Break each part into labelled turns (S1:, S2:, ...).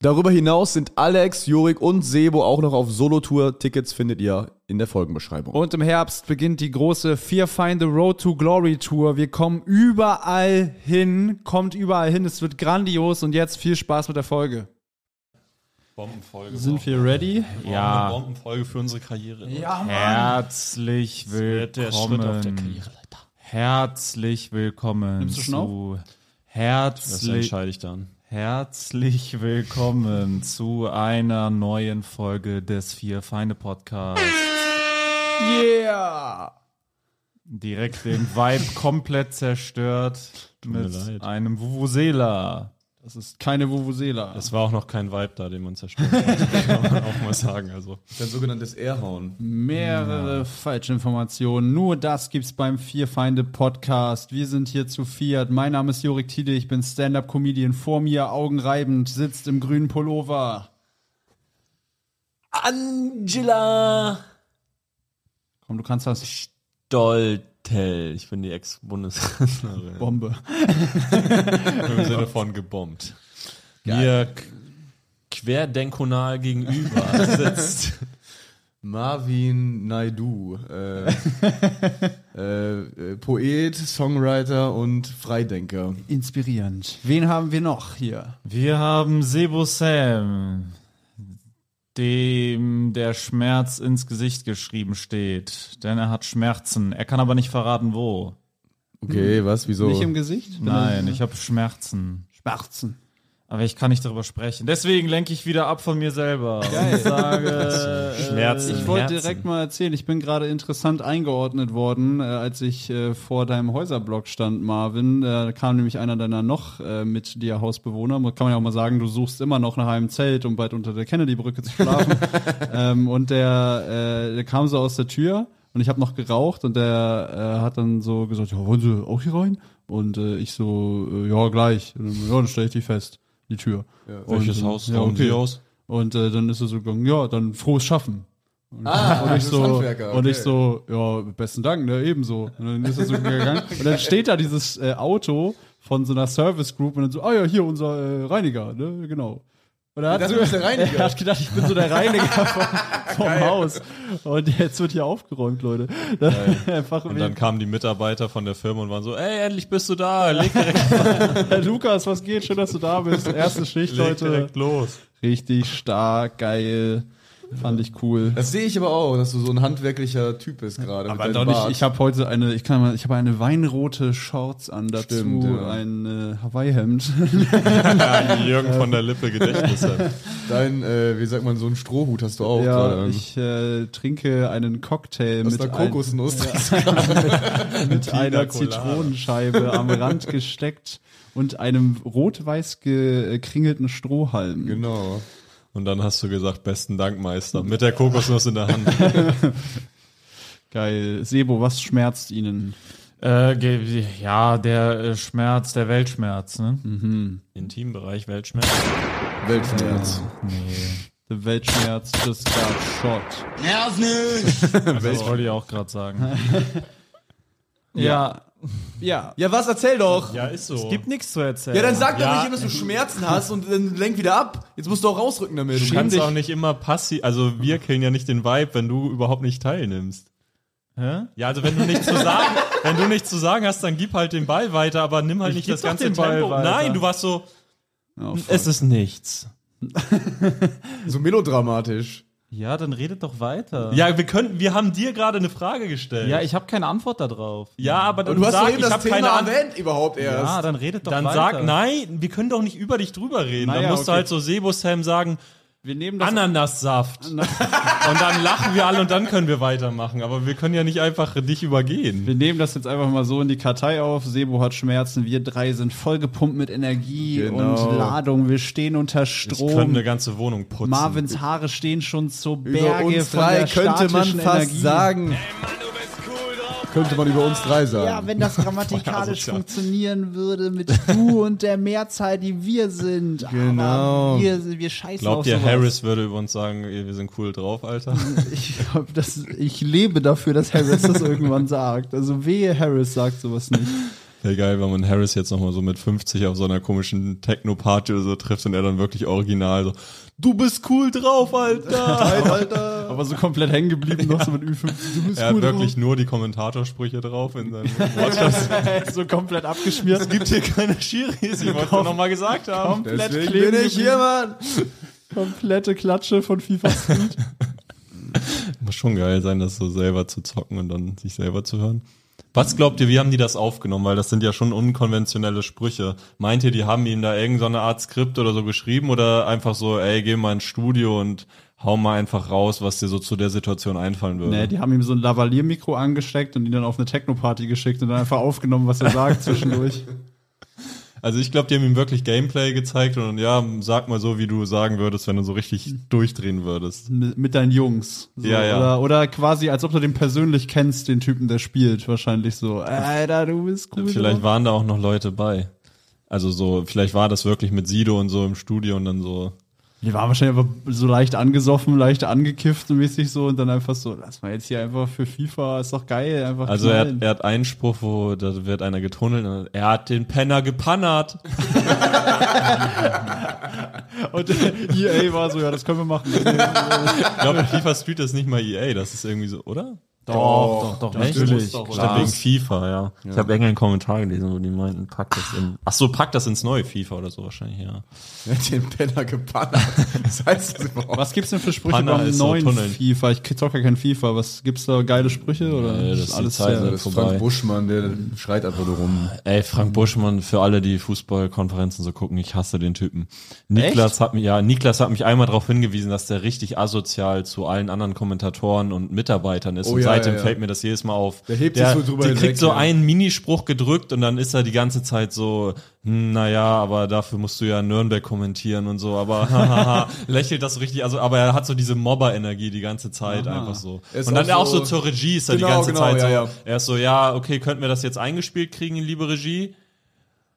S1: Darüber hinaus sind Alex, Jurik und Sebo auch noch auf Solo-Tour. Tickets findet ihr in der Folgenbeschreibung.
S2: Und im Herbst beginnt die große Fear Find the Road to Glory Tour. Wir kommen überall hin, kommt überall hin. Es wird grandios und jetzt viel Spaß mit der Folge.
S3: Bombenfolge.
S2: Sind wir ready?
S3: brauchen
S4: Ja.
S3: eine Bombenfolge für unsere Karriere.
S2: Ja,
S4: Herzlich
S3: Wird der Schritt auf der
S4: willkommen.
S3: Karriereleiter.
S4: Herzlich willkommen.
S2: Nimmst du schon
S4: zu
S3: Das
S4: Herzlich,
S3: entscheide ich dann.
S4: herzlich willkommen zu einer neuen Folge des Vier Feinde Podcasts.
S2: Yeah!
S4: Direkt den Vibe komplett zerstört
S3: mir
S4: mit
S3: leid.
S4: einem Vuvuzela.
S2: Das ist keine Vuvuzela.
S3: Das war auch noch kein Vibe da, den man zerstört hat. kann man auch mal sagen. Also,
S1: Dein sogenanntes Airhauen.
S2: Mehrere falsche Informationen. Nur das gibt's beim Vier Feinde Podcast. Wir sind hier zu viert. Mein Name ist Jorik Tiede, ich bin Stand-Up-Comedian. Vor mir, augenreibend, sitzt im grünen Pullover.
S3: Angela
S2: Komm, du kannst das.
S3: Doltel. Ich bin die Ex-Bundeskanzlerin.
S2: Bombe.
S3: Im Sinne von gebombt. Mir k- querdenkonal gegenüber sitzt
S1: Marvin Naidu. Äh, äh, äh, Poet, Songwriter und Freidenker.
S2: Inspirierend. Wen haben wir noch hier?
S4: Wir haben Sebo Sam, dem der Schmerz ins Gesicht geschrieben steht. Denn er hat Schmerzen. Er kann aber nicht verraten, wo.
S1: Okay, was? Wieso?
S2: Nicht im Gesicht?
S4: Nein, ich habe Schmerzen.
S2: Schmerzen.
S4: Aber ich kann nicht darüber sprechen. Deswegen lenke ich wieder ab von mir selber. Geil. Und sage,
S3: Schmerzen.
S2: Ich wollte direkt mal erzählen, ich bin gerade interessant eingeordnet worden, äh, als ich äh, vor deinem Häuserblock stand, Marvin. Äh, Da kam nämlich einer deiner noch äh, mit dir Hausbewohner. Kann man ja auch mal sagen, du suchst immer noch nach einem Zelt, um bald unter der Kennedy-Brücke zu schlafen. ähm, und der, äh, der kam so aus der Tür und ich habe noch geraucht und der äh, hat dann so gesagt, ja, wollen Sie auch hier rein? Und äh, ich so, äh, ja, gleich. Und dann, ja, dann stelle ich die fest, die Tür. Und,
S3: Welches
S2: äh,
S3: Haus
S2: ja,
S3: rauchen
S2: okay.
S3: Sie aus?
S2: Und äh, dann ist er so gegangen, ja, dann frohes Schaffen.
S1: Ah,
S2: Und ich, so,
S1: Handwerker.
S2: und ich so, ja, besten Dank, ne, ebenso. Und dann ist er so gegangen. Und dann steht da dieses äh, Auto von so einer Service Group und dann so, ah ja, hier unser äh, Reiniger, ne, genau. Und er hat,
S1: Das
S2: so,
S1: ist der Reiniger.
S2: er hat gedacht, ich bin so der Reiniger vom, vom Haus. Und jetzt wird hier aufgeräumt, Leute. Einfach
S3: Und dann kamen die Mitarbeiter von der Firma und waren so, ey, endlich bist du da, leg direkt,
S2: Herr Lukas, was geht? Schön, dass du da bist. Erste Schicht
S3: leg
S2: heute.
S3: direkt los.
S2: Richtig stark, geil. Fand ich cool.
S1: Das sehe ich aber auch, dass du so ein handwerklicher Typ bist gerade.
S2: Aber
S1: mit
S2: doch
S1: deinem
S2: nicht,
S1: Bart.
S2: ich habe heute eine, ich kann mal, ich habe eine weinrote Shorts an dazu,
S1: Stimmt, ja.
S2: ein äh, Hawaii-Hemd.
S3: Ja, Jürgen von der Lippe Gedächtnis. hat.
S1: Dein, äh, wie sagt man, so einen Strohhut hast du auch
S2: ja,
S1: gerade.
S2: ich äh, trinke einen Cocktail
S1: Aus
S2: mit,
S1: einer
S2: ein,
S1: Kokosnuss.
S2: mit einer
S3: Colada.
S2: Zitronenscheibe am Rand gesteckt und einem rot-weiß gekringelten Strohhalm.
S1: Genau.
S3: Und dann hast du gesagt, besten Dank, Meister, mit der Kokosnuss in der Hand.
S2: Geil. Sebo, was schmerzt Ihnen?
S4: äh, ge- ja, der äh, Schmerz, der Weltschmerz, ne?
S3: Intimbereich Weltschmerz.
S1: Weltschmerz.
S2: The Weltschmerz, das gab Shot.
S4: Das Also, wollte ich auch gerade sagen. ja.
S2: Ja.
S1: Ja, was? Erzähl doch.
S3: Ja, ist so.
S4: Es gibt nichts zu erzählen.
S1: Ja, dann sag
S3: Ja.
S1: doch nicht, dass du Schmerzen hast und dann lenk wieder ab. Jetzt musst du auch rausrücken damit.
S3: du kannst auch nicht immer passiv, also wir killen ja nicht den Vibe, wenn du überhaupt nicht teilnimmst.
S4: Hä?
S3: Ja, also wenn du nichts zu sagen, wenn du nichts zu sagen hast, dann gib halt den Ball weiter, aber nimm halt
S4: Ich
S3: nicht
S4: geb
S3: das
S4: doch
S3: ganze
S4: den Ball
S3: Tempo.
S4: weiter.
S3: Nein, du warst so,
S2: Oh, fuck.
S3: es ist nichts.
S1: so melodramatisch.
S4: Ja, dann redet doch weiter.
S3: Ja, wir könnten, wir haben dir gerade eine Frage gestellt.
S4: Ja, ich habe keine Antwort darauf.
S3: ja aber
S1: Und
S3: dann
S1: du hast doch
S3: sag,
S1: eben
S3: ich
S1: das
S3: habe
S1: Thema
S3: keine Antwort.
S1: erwähnt überhaupt erst.
S4: Ja, dann redet doch
S3: Dann
S4: weiter.
S3: sag, nein, wir können doch nicht über dich drüber reden.
S2: Naja,
S3: dann musst du
S2: okay.
S3: halt so Sebo-Sam sagen,
S2: Wir nehmen das
S3: Ananassaft. und dann lachen wir alle und dann können wir weitermachen. Aber wir können ja nicht einfach dich übergehen.
S2: Wir nehmen das jetzt einfach mal so in die Kartei auf. Sebo hat Schmerzen, wir drei sind vollgepumpt mit Energie
S1: Genau.
S2: und Ladung. Wir stehen unter
S3: Ich könnte eine
S2: Strom.
S3: ganze Wohnung putzen.
S2: Marvins Haare stehen schon zu
S1: Über
S2: Berge
S1: uns
S2: von
S1: drei
S2: der
S1: könnte man
S2: statischen
S1: fast
S2: Energie.
S1: sagen. Könnte man über uns drei sagen.
S2: Ja, wenn das grammatikalisch
S3: asozial.
S2: funktionieren würde mit du und der Mehrzahl, die wir sind.
S1: Genau.
S2: Aber wir, wir scheißen auf
S3: Glaubt ihr,
S2: sowas.
S3: Harris würde über uns sagen, ey, wir sind cool drauf, Alter?
S2: Ich, glaub, das, ich lebe dafür, dass Harris das irgendwann sagt. Also wehe, Harris sagt sowas nicht.
S3: Wäre geil, wenn man Harris jetzt nochmal so mit 50 auf so einer komischen Techno-Party oder so trifft und er dann wirklich original so, du bist cool drauf, Alter!
S1: Alter.
S2: Aber so komplett hängen geblieben, noch so mit Ü50. Du bist
S3: Er hat wirklich nur die Kommentatorsprüche drauf in seinem Podcast.
S2: so komplett abgeschmiert.
S3: Es gibt hier keine Schiris, ich wollte es nochmal gesagt haben.
S1: Deswegen
S2: kleben
S1: bin ich hier, Mann.
S2: Komplette Klatsche von FIFA Street.
S3: Muss schon geil sein, das so selber zu zocken und dann sich selber zu hören. Was glaubt ihr, wie haben die das aufgenommen? Weil das sind ja schon unkonventionelle Sprüche. Meint ihr, die haben ihm da irgendeine so eine Art Skript oder so geschrieben oder einfach so, ey, geh mal ins Studio und hau mal einfach raus, was dir so zu der Situation einfallen würde?
S2: nee, Ne, die haben ihm so ein Lavalier-Mikro angesteckt und ihn dann auf eine Techno-Party geschickt und dann einfach aufgenommen, was er sagt zwischendurch.
S3: Also ich glaube, die haben ihm wirklich Gameplay gezeigt und ja, sag mal so, wie du sagen würdest, wenn du so richtig durchdrehen würdest.
S2: mit mit deinen Jungs. So,
S3: Ja, ja.
S2: Oder, oder quasi, als ob du den persönlich kennst, den Typen, der spielt. Wahrscheinlich so. Alter, du bist cool.
S3: Vielleicht
S2: drauf.
S3: waren da auch noch Leute bei. Also so, vielleicht war das wirklich mit Sido und so im Studio und dann so,
S2: Die waren wahrscheinlich einfach so leicht angesoffen, leicht angekifft und mäßig so und dann einfach so, lass mal jetzt hier einfach für FIFA, ist doch geil. Einfach
S3: Also er hat,
S2: knallen.
S3: er hat einen Spruch, wo da wird einer getunnelt und er hat den Penner gepannert.
S2: und EA war so, ja, das können wir machen.
S3: Ich glaube, FIFA Street ist nicht mal EA, das ist irgendwie so, oder?
S4: Doch, doch, doch,
S2: Natürlich.
S3: Stimmt, wegen FIFA, ja. Ich habe irgendeinen Kommentar gelesen, wo die meinten, pack das in. Ach so, pack das ins neue FIFA oder so wahrscheinlich, ja.
S1: Er hat den Penner geballert. Was heißt das überhaupt?
S2: Was gibt's denn für Sprüche
S3: Panna
S2: beim
S3: ist so
S2: neuen
S3: Tunneln.
S2: FIFA? Ich zocke ja kein FIFA. Was gibt's da geile Sprüche oder
S3: Nee, das ist die Zeit,
S2: sehr-
S3: ne?
S1: Das ist
S3: Vorbei.
S1: Frank Buschmann, der schreit einfach nur rum.
S3: Ey, Frank Buschmann, für alle, die Fußballkonferenzen so gucken, ich hasse den Typen. Niklas hat mich, ja, Niklas hat mich einmal darauf hingewiesen, dass der richtig asozial zu allen anderen Kommentatoren und Mitarbeitern ist.
S1: Oh
S3: und
S1: ja,
S3: seitdem
S1: ja, ja.
S3: fällt mir das jedes Mal auf.
S1: Der hebt sich so drüber
S3: Der
S1: hinweg,
S3: kriegt so
S1: ja.
S3: einen Minispruch gedrückt und dann ist er die ganze Zeit so, hm, naja, aber dafür musst du ja Nürnberg kommentieren und so, aber hahaha, lächelt das so richtig, also, aber er hat so diese Mobber-Energie die ganze Zeit einfach so.
S1: Er ist
S3: und dann
S1: auch
S3: auch so,
S1: so-
S3: zur Regie ist er die
S1: Genau,
S3: ganze
S1: genau,
S3: Zeit so.
S1: ja, ja.
S3: Er ist so, ja, okay, könnten wir das jetzt eingespielt kriegen, liebe Regie?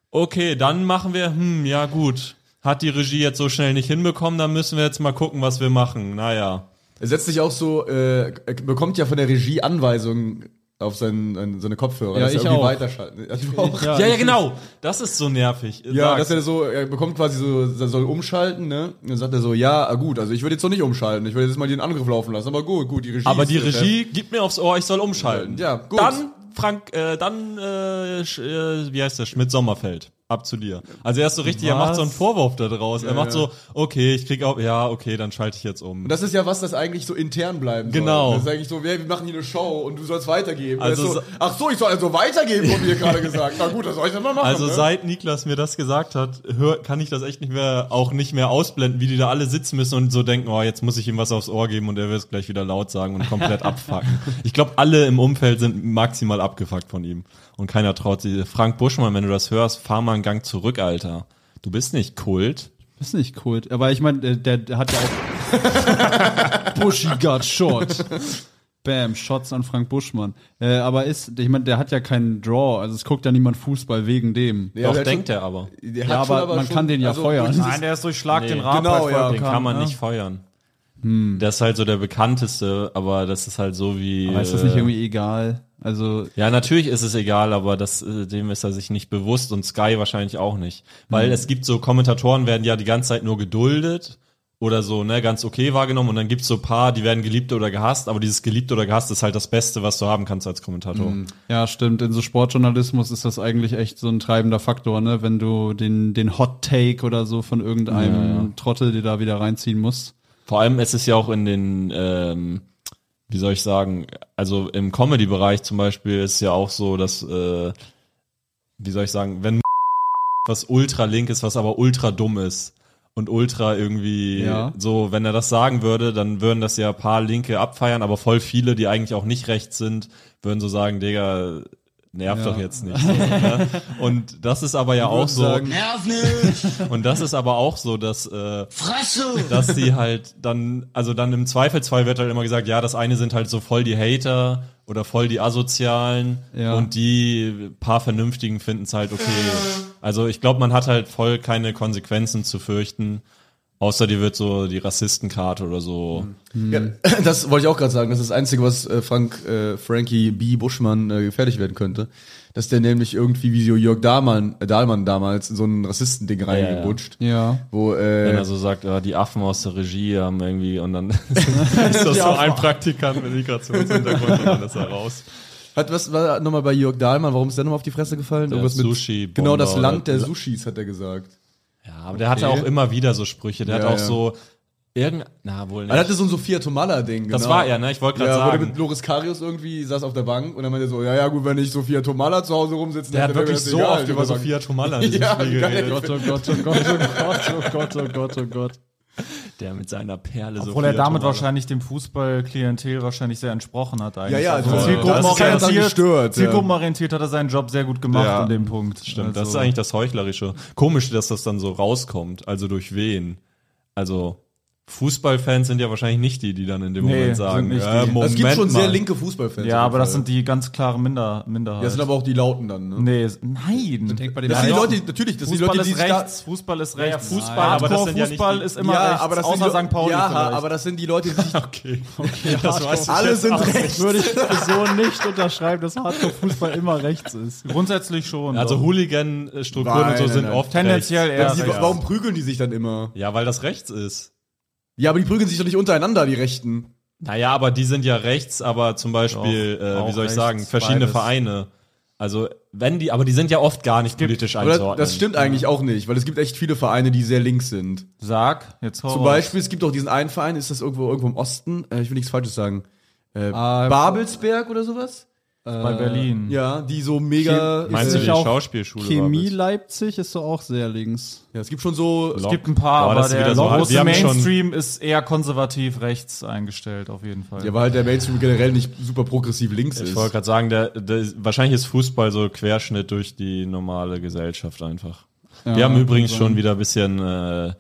S3: Okay, dann machen wir, hm, ja gut. Hat die Regie jetzt so schnell nicht hinbekommen, dann müssen wir jetzt mal gucken, was wir machen. Naja.
S1: Er setzt sich auch so, äh, er bekommt ja von der Regie Anweisungen auf seinen, an seine Kopfhörer,
S2: Ja,
S1: dass
S2: ich
S1: er irgendwie
S2: auch.
S1: weiterschalten. Ja, du auch.
S2: Ja,
S3: Ja, ja, genau. Das ist so nervig.
S1: Ja,
S3: Sag's.
S1: dass er so, er bekommt quasi so, er soll umschalten, ne? Und dann sagt er so, ja, ah, gut, also ich würde jetzt noch nicht umschalten, ich würde jetzt mal den Angriff laufen lassen, aber gut, gut, die Regie.
S3: Aber
S1: ist
S3: die
S1: der Chef.
S3: Regie gibt mir aufs Ohr, ich soll umschalten.
S1: Ja, gut.
S3: Dann, Frank, äh, dann, äh, Sch- äh, wie heißt der, Schmidt Sommerfeld. Ab zu dir. Also er ist so richtig, er macht so einen Vorwurf da draus. er macht
S1: ja.
S3: so, okay, ich krieg auch, ja, okay, dann schalte ich jetzt um.
S1: Und das ist ja was, das eigentlich so intern bleiben
S3: Genau.
S1: soll. Das ist eigentlich so, wir, wir machen hier eine Show und du sollst weitergeben.
S3: Also
S1: Also so,
S3: sa-
S1: ach so, ich soll also weitergeben, wurde mir gerade gesagt. Na gut, das soll ich dann mal machen.
S3: Also
S1: ne?
S3: seit Niklas mir das gesagt hat, hör, kann ich das echt nicht mehr, auch nicht mehr ausblenden, wie die da alle sitzen müssen und so denken, oh, jetzt muss ich ihm was aufs Ohr geben und er wird es gleich wieder laut sagen und komplett abfucken. Ich glaube, alle im Umfeld sind maximal abgefuckt von ihm und keiner traut sich. Frank Buschmann, wenn du das hörst, fahr mal einen Gang zurück, Alter. Du bist nicht Kult.
S2: Ist nicht cool. Aber ich meine, äh, der, der hat ja auch. Buschi got shot. Bam, Shots an Frank Buschmann. Äh, aber ist, ich meine, der hat ja keinen Draw, also es guckt ja niemand Fußball wegen dem.
S1: Ja,
S3: Doch
S1: der hat
S3: denkt
S1: schon-
S3: er aber.
S1: Der
S2: Ja,
S1: hat schon also
S2: aber man kann den ja feuern.
S1: gut,
S4: Nein, der ist durch Schlag den
S3: Nee.
S4: Raab
S1: Genau,
S4: halt
S1: ja,
S4: voll
S3: Den
S4: bekannt,
S3: kann man
S4: ne? Hm.
S3: nicht feuern. Der ist halt so der bekannteste, aber das ist halt so wie.
S2: Aber ist das nicht
S3: äh,
S2: irgendwie egal? Also,
S3: Ja, natürlich ist es egal, aber das, äh, dem ist er sich nicht bewusst und Sky wahrscheinlich auch nicht. Weil es gibt so, Kommentatoren werden ja die ganze Zeit nur geduldet oder so, ne, ganz okay wahrgenommen und dann gibt's so paar, die werden geliebt oder gehasst, aber dieses geliebt oder gehasst ist halt das Beste, was du haben kannst als Kommentator.
S2: ja, stimmt, in so Sportjournalismus ist das eigentlich echt so ein treibender Faktor, ne? Wenn du den, den Hot Take oder so von irgendeinem Trottel dir da wieder reinziehen musst.
S3: Vor allem ist es ja auch in den, ähm, wie soll ich sagen, also im Comedy-Bereich zum Beispiel ist es ja auch so, dass, äh, wie soll ich sagen, wenn was ultra link ist, was aber ultra dumm ist. und Ultra irgendwie
S2: Ja.
S3: so, wenn er das sagen würde, dann würden das ja ein paar Linke abfeiern, aber voll viele, die eigentlich auch nicht rechts sind, würden so sagen, Digga, nervt
S2: Ja.
S3: doch jetzt nicht. So, ne? Und das ist aber ja auch so.
S2: sagen,
S5: Nerv nicht!
S3: Und das ist aber auch so, dass äh,
S5: Fresse!
S3: dass sie halt dann, also dann im Zweifelsfall wird halt immer gesagt, ja, das eine sind halt so voll die Hater oder voll die Asozialen
S2: Ja.
S3: und die paar Vernünftigen finden es halt okay. Also ich glaube, man hat halt voll keine Konsequenzen zu fürchten, außer die wird so die Rassistenkarte oder so.
S1: Ja, das wollte ich auch gerade sagen. Das ist das Einzige, was äh, Frank, äh, Frankie B. Buschmann äh, gefährlich werden könnte. Dass der nämlich irgendwie wie so Jörg Dahlmann, äh, Dahlmann damals in so ein Rassistending reingerutscht.
S2: Ja.
S1: Wo,
S3: Wenn
S1: äh,
S3: er so sagt, ja, die Affen aus der Regie haben irgendwie und dann ist das so ein Praktikant mit Migrationshintergrund und dann ist er raus.
S1: hat was war nochmal bei Jörg Dahlmann, warum ist der nochmal auf die Fresse gefallen? Irgendwas
S3: Sushi
S1: Genau, das
S3: Bonder
S1: Land
S3: oder-
S1: der Sushis, hat er gesagt.
S3: Ja, aber der hatte
S1: Okay.
S3: auch immer wieder so Sprüche. Der
S1: Ja,
S3: hat auch
S1: ja.
S3: so irgend, na wohl nicht.
S1: Er hatte so ein Sophia Tomala-Ding, genau.
S3: Das war er, ne? Ich wollte gerade
S1: Ja, wurde
S3: sagen.
S1: mit Loris Karius irgendwie, saß auf der Bank und dann meinte er so, ja, ja, gut, wenn ich Sophia Tomala zu Hause rumsitze,
S3: Der
S1: dann
S3: hat
S1: wäre mir
S3: wirklich
S1: das
S3: so
S1: egal,
S3: oft über Sophia Tomala in diesem
S1: Ja,
S3: Spiel
S1: geil.
S3: geredet.
S2: Gott, oh Gott, oh Gott, oh Gott, oh Gott, oh Gott, oh Gott.
S3: Der mit seiner Perle
S4: Obwohl er damit wahrscheinlich dem Fußballklientel wahrscheinlich sehr entsprochen hat eigentlich.
S1: Ja, ja, also
S4: also
S1: das ist ja dann
S4: zielgruppenorientiert,
S1: gestört, ja.
S4: zielgruppenorientiert hat er seinen Job sehr gut gemacht
S1: Ja.
S4: an dem Punkt.
S3: Stimmt, das ist
S4: Also-
S3: eigentlich das Heuchlerische. Komisch, dass das dann so rauskommt. Also durch wen? Also Fußballfans sind ja wahrscheinlich nicht die, die dann in dem
S4: Nee,
S3: Moment
S4: sind
S3: sagen,
S4: nicht
S3: ja,
S4: die.
S3: Moment
S1: Es gibt schon sehr
S3: mal.
S1: linke Fußballfans.
S4: Ja,
S1: auf
S4: aber das
S1: jeden
S4: sind die ganz klaren Minder Minderheit.
S1: Fall. das sind aber auch die Lauten dann, ne?
S4: nee, s- nein.
S2: Denk
S4: Fußball
S2: bei dem
S1: Das sind die
S2: Nein.
S1: Leute, die, natürlich, das sind die Leute,
S4: Fußball
S1: die
S4: ist
S1: sich da-
S4: rechts, Fußball ist rechts.
S3: Fußball,
S4: Nein,
S3: aber das
S4: Hardcore
S3: sind ja nicht
S4: Fußball
S3: die-
S4: ist immer rechts,
S1: das sind die
S4: außer
S1: Leute-
S4: St. Pauli
S1: Ja,
S4: vielleicht.
S1: aber das sind die Leute, die sich
S3: Okay, okay, das weiß ich
S1: alle
S3: jetzt
S1: sind
S3: auch.
S1: rechts.
S2: Würde ich so nicht unterschreiben, dass Hardcore-Fußball immer rechts ist.
S4: Grundsätzlich schon.
S3: Also
S4: doch.
S3: Hooligan-Strukturen und so
S1: Nein,
S3: sind
S1: nein,
S3: oft
S4: Tendenziell
S3: rechts.
S4: eher
S1: Ja, sie,
S4: rechts.
S1: Warum prügeln die sich dann immer?
S3: Ja, weil das rechts ist.
S1: Ja, aber die prügeln sich doch nicht untereinander, die Rechten.
S3: Naja, aber die sind ja rechts, aber zum Beispiel,
S4: Doch,
S3: äh, wie
S4: auch
S3: soll ich
S4: rechts,
S3: sagen, verschiedene
S4: beides.
S3: Vereine. Also, wenn die, aber die sind ja oft gar nicht politisch
S1: Aber
S3: einzuordnen.
S1: das, das stimmt eigentlich auch nicht, weil es gibt echt viele Vereine, die sehr links sind.
S4: Sag, jetzt hau
S1: Zum
S4: raus.
S1: Beispiel, es gibt auch diesen einen Verein, ist das irgendwo irgendwo im Osten? Äh, ich will nichts Falsches sagen. Äh,
S2: Ah,
S1: Babelsberg oder sowas?
S4: bei Berlin.
S1: Ja, die so mega.
S3: Meinst du die
S2: Ist auch
S3: Schauspielschule?
S2: Chemie
S3: Babels?
S2: Leipzig ist so auch sehr links.
S1: Ja, es gibt schon so.
S4: Es gibt ein paar,
S3: Boah,
S4: aber
S3: das ist
S4: der
S3: wieder so halb-
S4: große
S3: wir haben schon-
S4: Mainstream ist eher konservativ rechts eingestellt, auf jeden Fall.
S1: Ja, weil halt der Mainstream generell nicht super progressiv links
S3: Ich
S1: ist.
S3: wollte gerade sagen, der, der, wahrscheinlich ist Fußball so Querschnitt durch die normale Gesellschaft einfach. Wir haben übrigens schon wieder ein bisschen äh,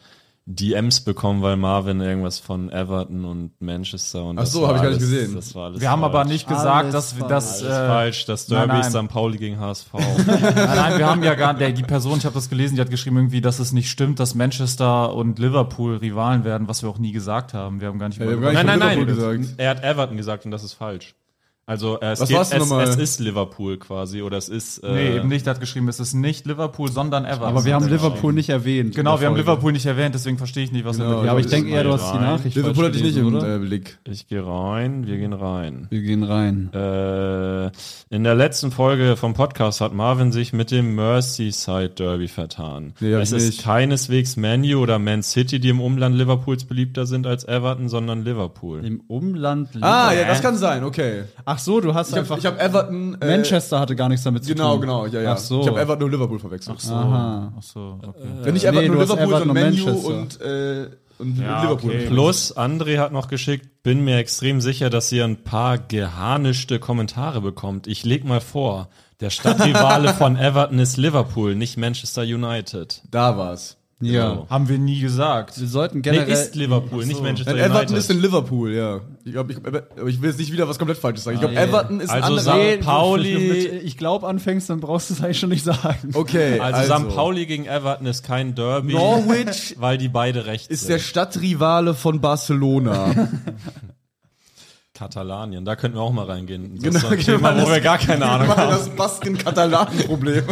S3: DMs bekommen, weil Marvin irgendwas von Everton und Manchester und
S1: Ach
S3: das
S1: so,
S3: war
S1: hab ich gar nicht
S3: alles-
S1: gesehen.
S3: Das war alles
S4: wir haben aber
S3: falsch.
S4: nicht gesagt,
S2: Alles
S4: dass wir
S2: falsch.
S4: das.
S3: Alles
S4: Äh,
S3: falsch, das
S4: nein,
S3: Derby ist
S4: nein.
S3: St. Pauli gegen HSV.
S4: Nein, nein, wir haben ja gar der, die Person, ich habe das gelesen, die hat geschrieben irgendwie, dass es nicht stimmt, dass Manchester und Liverpool Rivalen werden, was wir auch nie gesagt haben. Wir haben gar nicht
S1: Ja, wir haben
S4: über-
S1: gar nicht
S3: nein, nein,
S1: von
S3: nein.
S1: Liverpool gesagt.
S3: Er hat Everton gesagt und das ist falsch. Also äh, es,
S1: Was
S3: geht,
S1: war's denn
S3: es,
S1: nochmal?
S3: es ist Liverpool quasi oder es ist. Äh,
S4: Nee, eben nicht, der hat geschrieben, es ist nicht Liverpool, sondern Everton.
S2: Aber wir haben
S4: Hat er geschrieben.
S2: Liverpool nicht erwähnt.
S4: Genau, wir haben
S2: Liverpool.
S4: Liverpool nicht erwähnt, deswegen verstehe ich nicht, was
S1: Genau,
S4: damit.
S2: Ja, aber ich denke eher, du hast die
S3: Rein.
S2: Nachricht
S1: Liverpool hatte ich nicht im
S2: gelesen,
S1: äh, Blick.
S3: Ich gehe rein, wir gehen rein.
S2: Wir gehen rein.
S3: Äh, in der letzten Folge vom Podcast hat Marvin sich mit dem Merseyside Derby vertan.
S1: Nee, hab
S3: es
S1: ich
S3: ist
S1: nicht.
S3: keineswegs Man U oder Man City, die im Umland Liverpools beliebter sind als Everton, sondern Liverpool.
S2: Im Umland
S1: Ah,
S2: Liverpool.
S1: ja, das kann sein, okay.
S2: Ach so, du hast
S1: Ich habe
S2: einfach.
S1: hab Everton. äh,
S2: Manchester hatte gar nichts damit zu
S1: Genau,
S2: tun.
S1: genau, ja, ja.
S2: Ach so.
S1: Ich habe Everton und Liverpool verwechselt.
S4: So,
S2: Aha.
S4: Ach so, okay.
S1: Ja, nicht Everton
S2: nee,
S1: und
S2: du hast
S1: Liverpool,
S2: Everton
S1: sondern
S2: und
S1: Menu
S2: Manchester.
S1: und, äh, und
S4: Ja,
S1: Liverpool.
S4: okay.
S3: Plus, André hat noch geschickt, bin mir extrem sicher, dass ihr ein paar geharnischte Kommentare bekommt. Ich leg mal vor, der Stadtrivale von Everton ist Liverpool, nicht Manchester United.
S1: Da war's.
S2: Ja.
S3: Genau.
S4: Haben wir nie gesagt.
S2: Wir sollten
S3: Nee,
S2: generell.
S3: ist Liverpool, nicht Manchester
S1: Nein,
S3: United.
S1: Everton ist in Liverpool, ja. Ich, glaub, ich, aber ich will jetzt nicht wieder was komplett Falsches sagen. Ich glaube,
S2: Ah, ja.
S1: Everton ist
S3: Also
S1: ein
S3: St.
S1: anderer.
S3: Pauli-
S2: Wenn du mit Ich glaube anfängst, dann brauchst du es eigentlich schon nicht sagen.
S1: Okay,
S3: Also, St. Pauli gegen Everton ist kein Derby,
S1: Norwich
S3: weil die beide rechts
S1: ist der
S3: sind.
S1: Stadtrivale von Barcelona.
S3: Katalanien, da könnten wir auch mal reingehen. Das
S1: Genau,
S3: ist so ein
S1: genau,
S3: Thema, wo
S1: das-
S3: wir gar keine Ahnung haben.
S1: das Basken-Katalanen-Problem.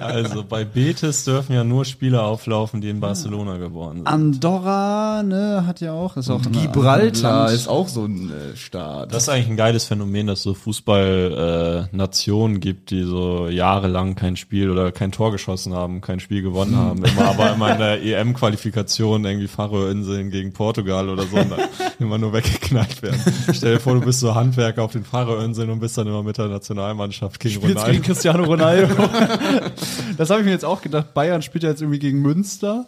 S3: Also bei Betis dürfen ja nur Spieler auflaufen, die in Barcelona geboren sind.
S2: Andorra, ne, hat ja auch. Ist auch eine-
S1: Gibraltar
S2: Land.
S1: ist auch so ein äh, Staat.
S3: Das ist eigentlich ein geiles Phänomen, dass es so Fußball-Nationen gibt, die so jahrelang kein Spiel oder kein Tor geschossen haben, kein Spiel
S2: Hm.
S3: gewonnen haben, immer, aber immer in der EM-Qualifikation irgendwie Faroe-Inseln gegen Portugal oder so und dann immer nur weggeknallt werden. Stell dir vor, du bist so Handwerker auf den Faroe-Inseln und bist dann immer mit der Nationalmannschaft gegen
S2: Spielt gegen
S3: Ronaldo.
S2: Cristiano Ronaldo. das habe ich mir jetzt auch gedacht. Bayern spielt Hm, ja jetzt irgendwie gegen Münster.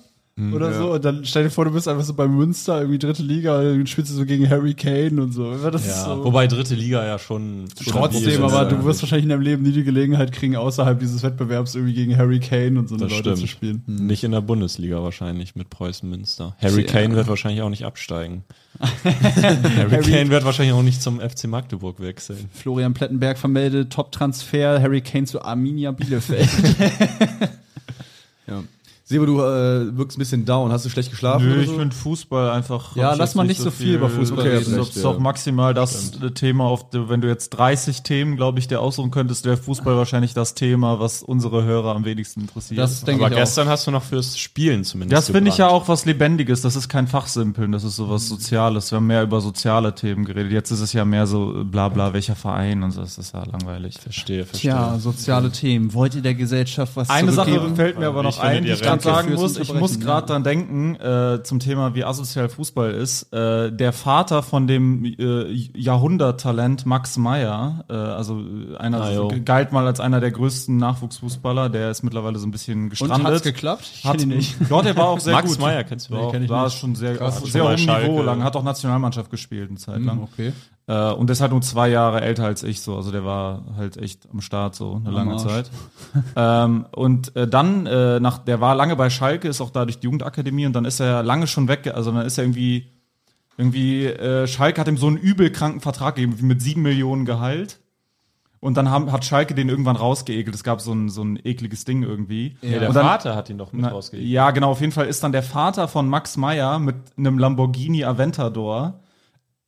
S2: Oder so, und dann stell dir vor, du bist einfach so bei Münster, irgendwie dritte Liga, und dann spielst du so gegen Harry Kane und so. Das ist
S3: Ja,
S2: so.
S3: wobei dritte Liga ja schon. schon
S2: Trotzdem,
S3: ein Bier ist,
S2: aber du
S3: ja.
S2: wirst wahrscheinlich in deinem Leben nie die Gelegenheit kriegen, außerhalb dieses Wettbewerbs irgendwie gegen Harry Kane und so eine
S3: Das
S2: Leute zu
S3: stimmt.
S2: spielen.
S3: Nicht in der Bundesliga wahrscheinlich mit Preußen Münster. Harry Kane wird wahrscheinlich auch nicht absteigen. Harry Kane wird wahrscheinlich auch nicht zum FC Magdeburg wechseln.
S2: Florian Plettenberg vermeldet Top-Transfer, Harry Kane zu Arminia Bielefeld.
S1: Ja. Sebo, du äh, wirkst ein bisschen down. Hast du schlecht geschlafen?
S4: Nö,
S1: oder
S4: ich
S1: so?
S4: finde Fußball einfach.
S2: Ja,
S4: hab ich
S2: lass
S4: jetzt
S2: mal nicht so viel über Fußball
S4: Okay,
S1: reden.
S4: das ist
S1: Recht,
S4: doch
S1: ja.
S4: maximal das äh, Thema, auf, wenn du jetzt 30 Themen, glaube ich, dir aussuchen könntest, wäre Fußball wahrscheinlich das Thema, was unsere Hörer am wenigsten interessiert.
S2: Das denke
S3: Aber
S2: ich auch.
S3: gestern hast du noch fürs Spielen zumindest.
S4: Das finde ich ja
S3: gebrannt.
S4: auch was Lebendiges. Das ist kein Fachsimpeln, das ist sowas
S2: Mhm.
S4: Soziales. Wir haben mehr über soziale Themen geredet. Jetzt ist es ja mehr so äh, bla bla, welcher Verein und so. Das ist ja langweilig.
S3: Verstehe, verstehe.
S2: Tja, soziale Themen. Wollt ihr der Gesellschaft was
S4: Eine Sache
S2: zurückgeben?
S4: fällt mir aber
S3: Ich
S4: noch
S3: finde
S4: ein,
S3: die
S4: die ich gerade
S3: Rente
S4: sagen
S2: fürs
S4: muss. Ich
S2: Unterbrechen,
S4: muss
S2: ne?
S4: gerade dran denken, äh, zum Thema, wie asozial Fußball ist. Äh, der Vater von dem äh, Jahrhunderttalent Max Meyer, äh, also äh, einer,
S3: Ah, jo.
S4: galt mal als einer der größten Nachwuchsfußballer, der ist mittlerweile so ein bisschen
S2: Und hat's
S4: gestrandet.
S2: geklappt? Ich
S4: Hat-
S2: kenn ihn nicht.
S4: Doch, der war auch sehr
S3: Max
S4: gut.
S3: Meyer kennst du
S4: war
S3: nicht,
S4: auch,
S2: kenn ich
S4: war
S2: nicht.
S4: schon sehr,
S1: Krass,
S4: sehr
S3: schon mal
S4: hohem Niveau
S3: Schalke.
S4: lang, hat auch Nationalmannschaft gespielt eine Zeit lang.
S2: Okay.
S4: Äh, und der ist halt nur zwei Jahre älter als ich so. Also der war halt echt am Start so eine lange
S2: Arsch.
S4: Zeit. ähm, und äh, dann, äh, nach, der war lange bei Schalke, ist auch da durch die Jugendakademie und dann ist er lange schon weg, also dann ist er irgendwie, irgendwie, äh, Schalke hat ihm so einen übelkranken Vertrag gegeben, mit sieben Millionen Gehalt. Und dann haben, hat Schalke den irgendwann rausgeekelt. Es gab so ein, so ein ekliges Ding irgendwie.
S3: Ja, der
S4: und dann,
S3: Vater hat ihn doch mit
S4: na,
S3: rausgegeben.
S4: ja, genau. Auf jeden Fall ist dann der Vater von Max Meyer mit einem Lamborghini Aventador,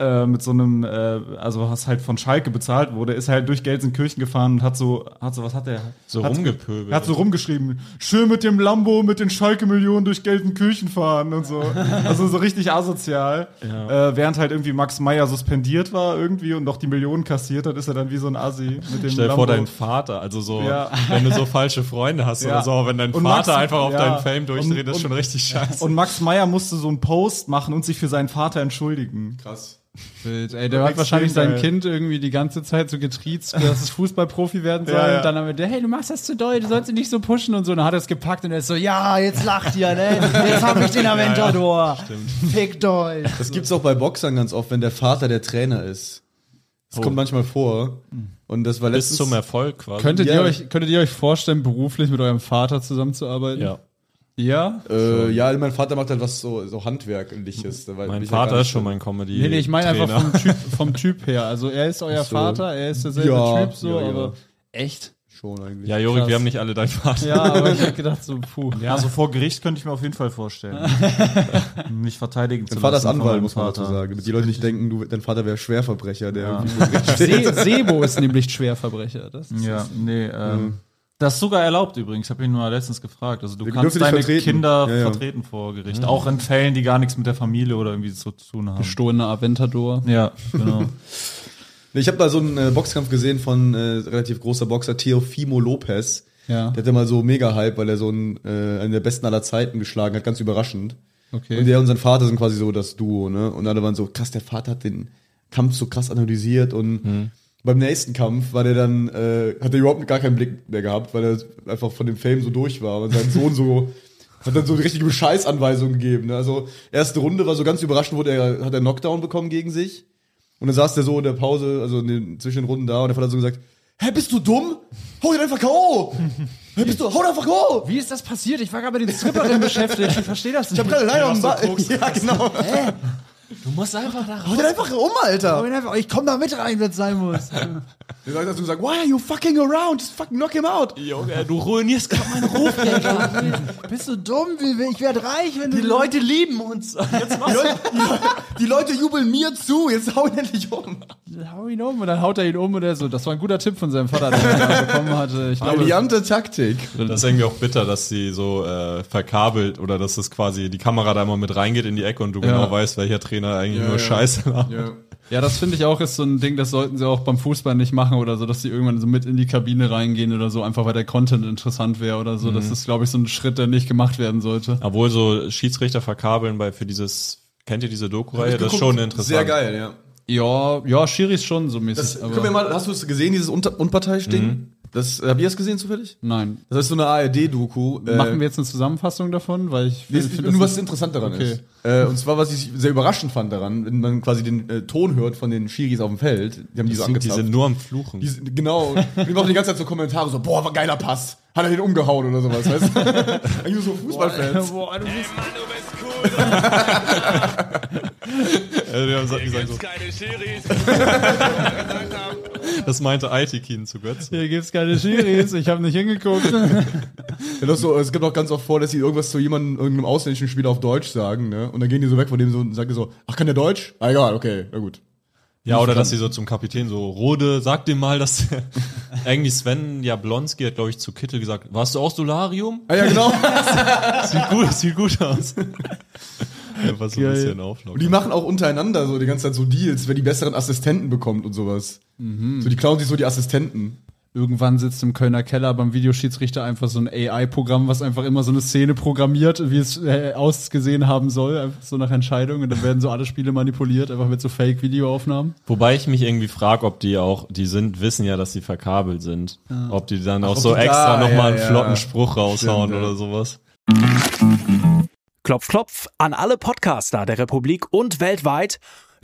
S4: äh, mit so einem, äh, also was halt von Schalke bezahlt wurde, ist halt durch Gelsenkirchen gefahren und hat so, hat so, was hat der?
S3: So
S4: hat,
S3: rumgepöbelt.
S4: Hat so rumgeschrieben, schön mit dem Lambo, mit den Schalke-Millionen durch Gelsenkirchen fahren und so. Also so richtig asozial. Äh, während halt irgendwie Max Meyer suspendiert war irgendwie und noch die Millionen kassiert hat, ist er dann wie so ein Assi mit dem
S3: Stell dir
S4: Lambo.
S3: vor, dein Vater, also so,
S4: Ja.
S3: wenn du so falsche Freunde hast
S4: Ja.
S3: oder so, wenn dein
S4: Und
S3: Vater
S4: Max-
S3: einfach auf
S4: ja.
S3: deinen Fame
S4: Und-
S3: durchdreht, ist
S1: Um,
S4: und-
S3: schon richtig scheiße.
S4: Und Max Meyer musste so einen Post machen und sich für seinen Vater entschuldigen.
S1: Krass.
S2: Wild. Ey, der hat
S4: Extrem
S2: wahrscheinlich sein
S4: geil.
S2: Kind irgendwie die ganze Zeit so getriezt, dass es Fußballprofi werden soll.
S4: Ja, ja.
S2: Und dann haben wir, hey, du machst das zu doll, du sollst ihn nicht so pushen und so. Und dann hat er es gepackt und er ist so, ja, jetzt lacht ihr, ne? Jetzt hab ich den Aventador. Fickt euch.
S1: Das gibt's auch bei Boxern ganz oft, wenn der Vater der Trainer ist. Das kommt manchmal vor. Und das war
S3: Oh. Hm. Bis
S1: letztens.
S3: zum Erfolg quasi.
S2: Könntet,
S1: Ja.
S2: ihr euch, könntet ihr euch vorstellen, beruflich mit eurem Vater zusammenzuarbeiten?
S3: ja.
S2: Ja?
S1: äh, ja, mein Vater macht halt was so, so handwerkliches. da war- bin
S3: Hm. Mein
S1: ich ja gar
S3: Vater
S1: nicht
S3: ist schon
S1: so-
S3: mein Comedy.
S2: Nee, nee, ich meine einfach
S3: Trainer.
S2: vom typ, vom typ her. Also er ist euer
S1: so.
S2: Vater, er ist derselbe
S1: Ja,
S2: Typ, so,
S1: ja, ja.
S2: aber. Echt?
S1: Schon eigentlich.
S3: Ja, Jorik,
S2: Krass.
S3: wir haben nicht alle deinen Vater.
S2: Ja, aber ich hab gedacht, so, puh.
S4: Also vor Gericht könnte ich mir auf jeden Fall vorstellen. Mich verteidigen zu
S1: Mein Vater ist
S4: lassen von
S1: Anwalt,
S4: meinem
S1: muss man dazu
S4: Vater.
S1: sagen. Damit die Leute nicht denken, du, dein Vater wäre Schwerverbrecher, der irgendwie
S2: Se Sebo ist nämlich Schwerverbrecher. Das ist
S4: Ja, nee, ähm, das ist sogar erlaubt übrigens. Ich habe ihn mal letztens gefragt. Also du
S1: Wir
S4: kannst
S1: dürfen dich
S4: deine
S1: vertreten.
S4: Kinder
S1: Ja, ja.
S4: vertreten vor Gericht. Auch in Fällen, die gar nichts mit der Familie oder irgendwie so zu tun haben.
S2: gestohlener Aventador.
S4: Ja, genau.
S1: Nee, Ich habe mal so einen äh, Boxkampf gesehen von äh, relativ großer Boxer Teofimo Lopez.
S2: Ja.
S1: Der hatte mal so mega Hype, weil er so einen, äh, einen der besten aller Zeiten geschlagen hat, ganz überraschend.
S2: Okay.
S1: Und der und sein Vater sind quasi so das Duo, ne? Und alle waren so, krass, der Vater hat den Kampf so krass analysiert und
S2: Mhm.
S1: beim nächsten Kampf war der dann, äh, hat er überhaupt gar keinen Blick mehr gehabt, weil er einfach von dem Fame so durch war und sein Sohn so hat dann so richtige Scheißanweisung gegeben. Ne? Also erste Runde war so ganz überraschend, wurde er, hat er Knockdown bekommen gegen sich. Und dann saß der so in der Pause, also in den, zwischen den Runden da und der Vater hat so gesagt, hä, bist du dumm? Hau ihn einfach K.O. Hä, bist du, hau ihn einfach K.O.
S2: Wie ist das passiert? Ich war gerade mit den Stripperinnen beschäftigt. Ich verstehe das
S1: Ich hab
S2: nicht.
S1: gerade leider auf den Ball. ja, genau. Hä?
S2: Du musst einfach da
S1: Hau den einfach um, Alter.
S2: raus. Ich komm da mit rein, wenn es sein muss.
S1: Der sagt dazu gesagt, why are you fucking around? Just fucking knock him out.
S3: Junge, du ruinierst gerade meinen
S2: Bist du dumm? Ich werde reich, wenn du.
S1: lieben uns. Jetzt die, Leute, die, die Leute jubeln mir zu. Jetzt hau ihn endlich um.
S2: Hau ihn um und dann haut er ihn um und er so. Das war ein guter Tipp von seinem Vater, den er da bekommen hatte. Ich glaube,
S1: Brilliante Taktik.
S3: Das ist irgendwie auch bitter, dass sie so äh, verkabelt oder dass das quasi die Kamera da immer mit reingeht in die Ecke und du genau weißt, welcher Trainer eigentlich nur
S1: ja.
S3: Scheiße macht.
S2: Ja, das finde ich auch ist so ein Ding, das sollten sie auch beim Fußball nicht machen oder so, dass sie irgendwann so mit in die Kabine reingehen oder so, einfach weil der Content interessant wäre oder so.
S1: Mhm.
S2: Das ist, glaube ich, so ein Schritt, der nicht gemacht werden sollte.
S3: Obwohl so Schiedsrichter verkabeln bei für dieses kennt ihr diese Doku-Reihe? Das ist schon interessant.
S1: Sehr geil, ja.
S2: Ja, ja, Schiris schon so mäßig.
S1: Das,
S2: aber-
S3: Mhm.
S1: können wir mal, hast du es gesehen, dieses Unter Unparteiisch-Ding? Das, habt ihr das gesehen zufällig?
S2: Nein.
S1: Das ist so eine ARD-Doku. äh,
S2: Machen wir jetzt eine Zusammenfassung davon, weil ich
S1: Nee,
S2: find-
S1: es ist
S2: find,
S1: nur
S2: das
S1: was
S2: ist-
S1: interessant daran
S2: Okay.
S1: ist. Äh, und zwar, was ich sehr überraschend fand daran, wenn man quasi den äh, Ton hört von den Schiris auf dem Feld, die haben die so
S3: Die
S1: angezapft.
S3: sind nur am Fluchen.
S1: Die sind- genau, die machen die ganze Zeit so Kommentare, so, boah, war geiler Pass, hat er den umgehauen oder sowas, weißt du? Eigentlich so Fußballfans.
S2: Boah, du bist
S5: Mann, du bist cool.
S3: Äh, die haben gesagt- die sagen so,
S5: Gibt's keine Schiris.
S3: das meinte Aitikin zu Götz.
S2: hier gibt's keine Schiris, ich habe nicht hingeguckt.
S1: Ja, das so, es gibt auch ganz oft vor, dass sie irgendwas zu jemandem, irgendeinem ausländischen Spieler auf Deutsch sagen, ne? Und dann gehen die so weg von dem so und sagen so, ach, kann der Deutsch? Ah, egal, okay, na gut.
S3: Ja, oder dass sie so zum Kapitän so, Rode, sag dem mal, dass der- irgendwie Sven Jablonski hat, glaube ich, zu Kittel gesagt, warst du auch Solarium?
S1: Ah ja, genau.
S3: Sieht gut, sieht gut aus. Ja, was so ein bisschen auflockert.
S1: Und die machen auch untereinander so die ganze Zeit so Deals, wer die besseren Assistenten bekommt und sowas.
S2: Mhm.
S1: So, die klauen sich so die Assistenten.
S2: Irgendwann sitzt im Kölner Keller beim Videoschiedsrichter einfach so ein AI-Programm, was einfach immer so eine Szene programmiert, wie es äh, ausgesehen haben soll, einfach so nach Entscheidung. Und dann werden so alle Spiele manipuliert, einfach mit so Fake-Videoaufnahmen.
S3: Wobei ich mich irgendwie frage, ob die auch, die sind, wissen ja, dass sie verkabelt sind. Ob die dann auch
S1: ob
S3: so
S1: die da-
S3: extra noch
S1: ja,
S3: nochmal einen
S1: ja.
S3: flotten Spruch raushauen
S1: Stimmt, ja.
S3: oder sowas.
S6: Klopf, klopf an alle Podcaster der Republik und weltweit.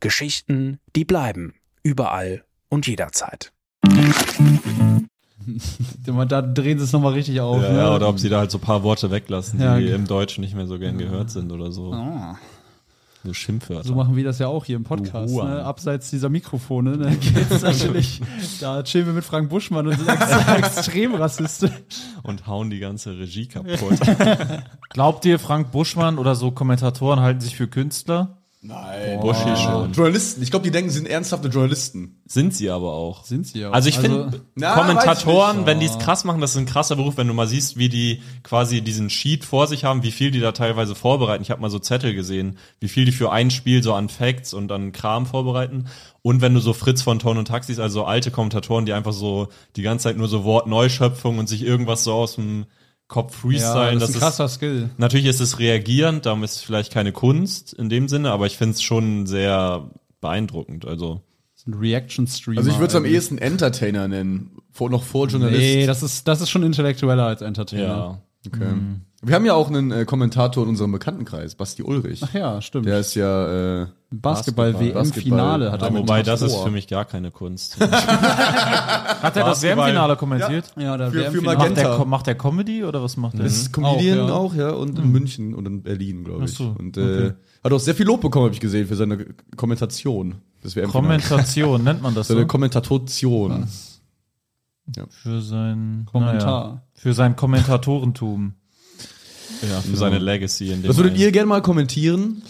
S6: Geschichten, die bleiben. Überall und jederzeit.
S2: Da drehen sie es nochmal richtig auf.
S3: Ja,
S2: ne?
S3: ja, oder ob sie da halt so ein paar Worte weglassen, die
S2: Ja, okay.
S3: im Deutschen nicht mehr so gern gehört sind oder so.
S1: Ah.
S3: So Schimpfwörter.
S2: So machen wir das ja auch hier im Podcast.
S3: Juhu.
S2: Ne? Abseits dieser Mikrofone ne? geht's natürlich. Da chillen wir mit Frank Buschmann und sind ex extrem rassistisch.
S3: Und hauen die ganze Regie kaputt.
S4: Glaubt ihr, Frank Buschmann oder so Kommentatoren halten sich für Künstler?
S1: Nein.
S3: Buschi schon.
S1: Journalisten, ich glaube, die denken, sie sind ernsthafte Journalisten.
S3: Sind sie aber auch.
S2: Sind sie auch.
S3: Also ich finde,
S1: Na, weiß ich
S3: Kommentatoren,
S1: nicht.
S3: wenn die es krass machen, das ist ein krasser Beruf, wenn du mal siehst, wie die quasi diesen Sheet vor sich haben, wie viel die da teilweise vorbereiten. Ich habe mal so Zettel gesehen, wie viel die für ein Spiel so an Facts und an Kram vorbereiten. Und wenn du so Fritz von Ton und Taxis, also so alte Kommentatoren, die einfach so die ganze Zeit nur so Wortneuschöpfung und sich irgendwas so aus dem Kopf freestylen,
S2: das ist ein krasser Skill.
S3: Natürlich ist es reagierend, darum ist es vielleicht keine Kunst in dem Sinne, aber ich finde es schon sehr beeindruckend. Also
S2: Das ist Ein Reaction-Streamer.
S1: Also ich würde es am
S2: eigentlich.
S1: ehesten Entertainer nennen. Vor, noch vor Journalist.
S2: Nee, das ist, das ist schon intellektueller als Entertainer.
S3: ja.
S1: okay. Wir haben ja auch einen äh, Kommentator in unserem Bekanntenkreis, Basti Ulrich.
S2: Ach ja, stimmt.
S1: Der ist ja äh,
S2: Basketball-WM-Finale hat
S3: Ja,
S2: er
S3: wobei das ist
S2: Tor.
S3: für mich gar keine Kunst.
S4: Hat er das
S3: Basketball.
S4: WM-Finale kommentiert?
S2: Ja, da
S1: Für- für
S2: WM-Finale.
S1: Magenta.
S4: Macht, der, Ko- macht der Comedy oder was macht er?
S1: ist Comedian
S2: Auch, ja.
S1: auch, ja. und in München und in Berlin, glaube ich.
S4: Ach so,
S1: Und äh, hat auch sehr viel Lob bekommen, habe ich gesehen, für seine K- Kommentation. Das wäre
S4: Kommentation, nennt man das so?
S1: seine Kommentatation.
S4: Für sein
S2: Kommentar.
S4: Naja, für sein Kommentatorentum.
S3: ja, für seine Legacy in dem
S1: Was würdet
S3: einen.
S1: ihr gerne mal kommentieren?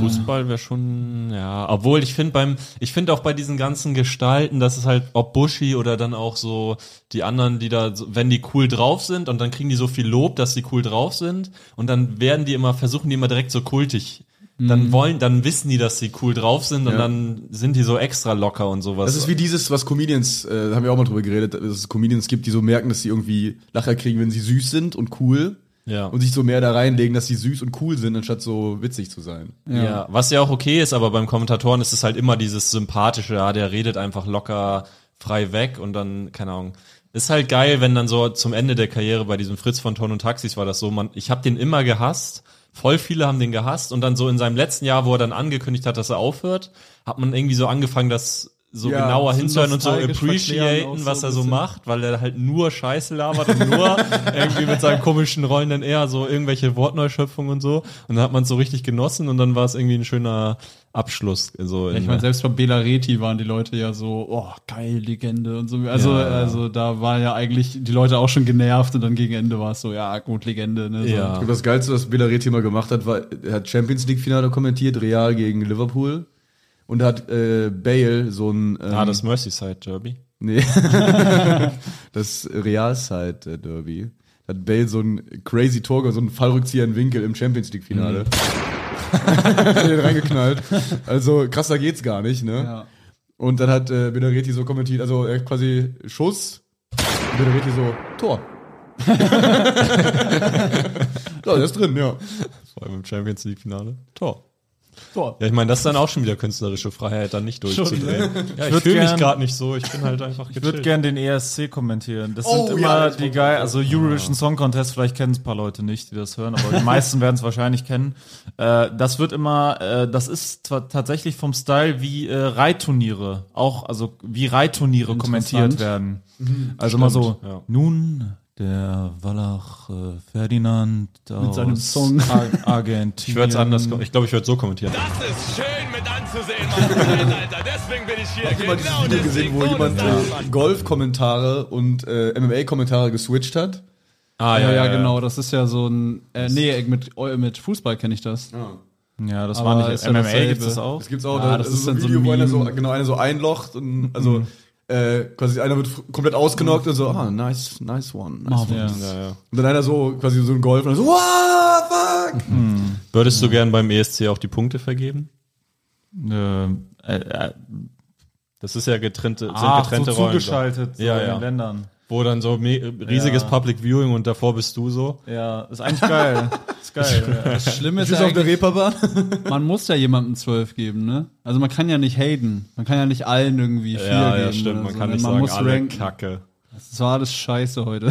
S3: Fußball wäre schon, ja, obwohl ich finde beim, ich finde auch bei diesen ganzen Gestalten, das ist halt, ob Buschi oder dann auch so die anderen, die da, so- wenn die cool drauf sind und dann kriegen die so viel Lob, dass die cool drauf sind und dann werden die immer, versuchen die immer direkt so kultig. Dann wollen, dann wissen die, dass sie cool drauf sind und
S1: Ja.
S3: dann sind die so extra locker und sowas.
S1: Das ist wie dieses, was Comedians, äh, haben wir auch mal drüber geredet, dass es Comedians gibt, die so merken, dass sie irgendwie Lacher kriegen, wenn sie süß sind und cool.
S3: Ja.
S1: Und sich so mehr da reinlegen, dass sie süß und cool sind, anstatt so witzig zu sein.
S3: Ja. was ja auch okay ist, aber beim Kommentatoren ist es halt immer dieses sympathische, ja, der redet einfach locker frei weg und dann, keine Ahnung. Ist halt geil, wenn dann so zum Ende der Karriere bei diesem Fritz von Ton und Taxis war das so, man, ich habe den immer gehasst, voll viele haben den gehasst und dann so in seinem letzten Jahr, wo er dann angekündigt hat, dass er aufhört, hat man irgendwie so angefangen, das so
S1: Ja,
S3: genauer
S1: so
S3: hinzuhören und so
S2: nostalgisch verklären auch
S3: appreciaten,
S2: so
S3: was
S2: ein
S3: er so
S2: bisschen.
S3: macht, weil er halt nur Scheiße labert und nur irgendwie mit seinem komischen rollenden R so irgendwelche Wortneuschöpfungen und so. Und dann hat man es so richtig genossen und dann war es irgendwie ein schöner Abschluss. So in
S2: Ich meine, selbst bei Bela Reti waren die Leute ja so, oh, geil, Legende und so. Also,
S3: Ja.
S2: also da war ja eigentlich die Leute auch schon genervt und dann gegen Ende war es so, ja, gut, Legende, ne? So.
S3: Ja.
S1: Ich glaube, das Geilste, was Belaret hier mal gemacht hat, war, er hat Champions League-Finale kommentiert, Real gegen Liverpool. Und da hat äh, Bale so ein. Ähm,
S3: Ah, das Merseyside Derby.
S1: Nee. das Realside Derby. Da hat Bale so ein crazy Tor, so einen Fallrückzieher in Winkel im Champions League Finale. Den reingeknallt. Also krasser geht's gar nicht, ne?
S2: Ja.
S1: Und dann hat äh, Benaretti so kommentiert, also er hat quasi Schuss. Und Benaretti so Tor. ja, der ist drin, ja.
S3: Vor allem im Champions League Finale. Tor.
S2: Tor.
S3: Ja, ich meine, das ist dann auch schon wieder künstlerische Freiheit, dann nicht durchzudrehen. Ja, ich
S4: würd
S3: fühle mich
S4: gern-
S3: gerade nicht so, ich bin halt einfach
S4: Ich würde
S3: gechillt.
S4: gerne den ESC kommentieren. Das
S1: Oh,
S4: sind immer
S1: ja, das
S4: die
S1: wollte
S4: geil, also Eurovision Song Contest, vielleicht kennen es ein paar Leute nicht, die das hören, aber die meisten werden es wahrscheinlich kennen. Äh, das wird immer, äh, das ist zwar tatsächlich vom Style wie äh, Reitturniere, auch, also wie Reitturniere kommentiert werden. Also immer so,
S3: stimmt, ja.
S4: nun der Wallach äh, Ferdinand aus
S2: seinem Song.
S4: Ar- Argentinien.
S3: Ich würde es anders, kom- ich glaube, ich würde so kommentieren.
S5: Das ist schön mit anzusehen, Mann. Alter, deswegen bin ich hier. Genau
S1: Ich habe mal dieses Video gesehen, wo
S5: so
S1: jemand
S5: ist das,
S1: äh,
S5: Mann.
S1: Golf-Kommentare und äh, MMA-Kommentare geswitcht hat.
S3: Ah,
S2: Ja, ja, genau, das ist ja so ein. Äh, nee, mit, mit Fußball kenne ich das.
S4: Ja, das
S2: Aber
S4: war nicht,
S2: ist ja
S4: MMA
S2: dasselbe.
S4: gibt es auch.
S1: Das gibt's auch.
S2: Ah,
S1: da,
S2: das
S1: das
S2: ist
S1: ist so ein
S2: dann so
S1: Video,
S2: ein
S1: wo einer so,
S2: Meme. Mhm.
S1: genau, einer so einlocht und also äh, quasi einer wird f- komplett ausgenockt und so, ah, nice, nice one. Nice one.
S4: Ja.
S3: Ja, ja.
S1: Und dann einer so quasi so ein Golf und dann so, wow, fuck!
S3: Würdest du gern beim ESC auch die Punkte vergeben?
S4: Ähm, äh, äh,
S3: Das ist ja getrennte,
S4: ah,
S3: sind getrennte
S4: so
S3: Rollen.
S4: zugeschaltet so
S3: Ja,
S4: in
S3: ja.
S4: den Ländern.
S3: Wo dann so me- riesiges
S4: Ja.
S3: Public Viewing und davor bist du so.
S4: Ja, ist eigentlich geil. ist geil. ja.
S2: Das Schlimme ist
S1: Bis
S2: ja
S1: auf der
S2: eigentlich-
S1: Reeperbahn.
S2: man muss ja jemandem zwölf geben, ne? Also man kann ja nicht haten. Man kann ja nicht allen irgendwie vier
S3: Ja,
S2: geben.
S3: ja, stimmt.
S2: oder
S3: also Man
S2: so,
S3: kann
S2: ne?
S3: nicht
S2: man
S3: sagen,
S2: muss
S3: alle
S2: ranken.
S3: Kacke.
S2: Das war alles scheiße heute.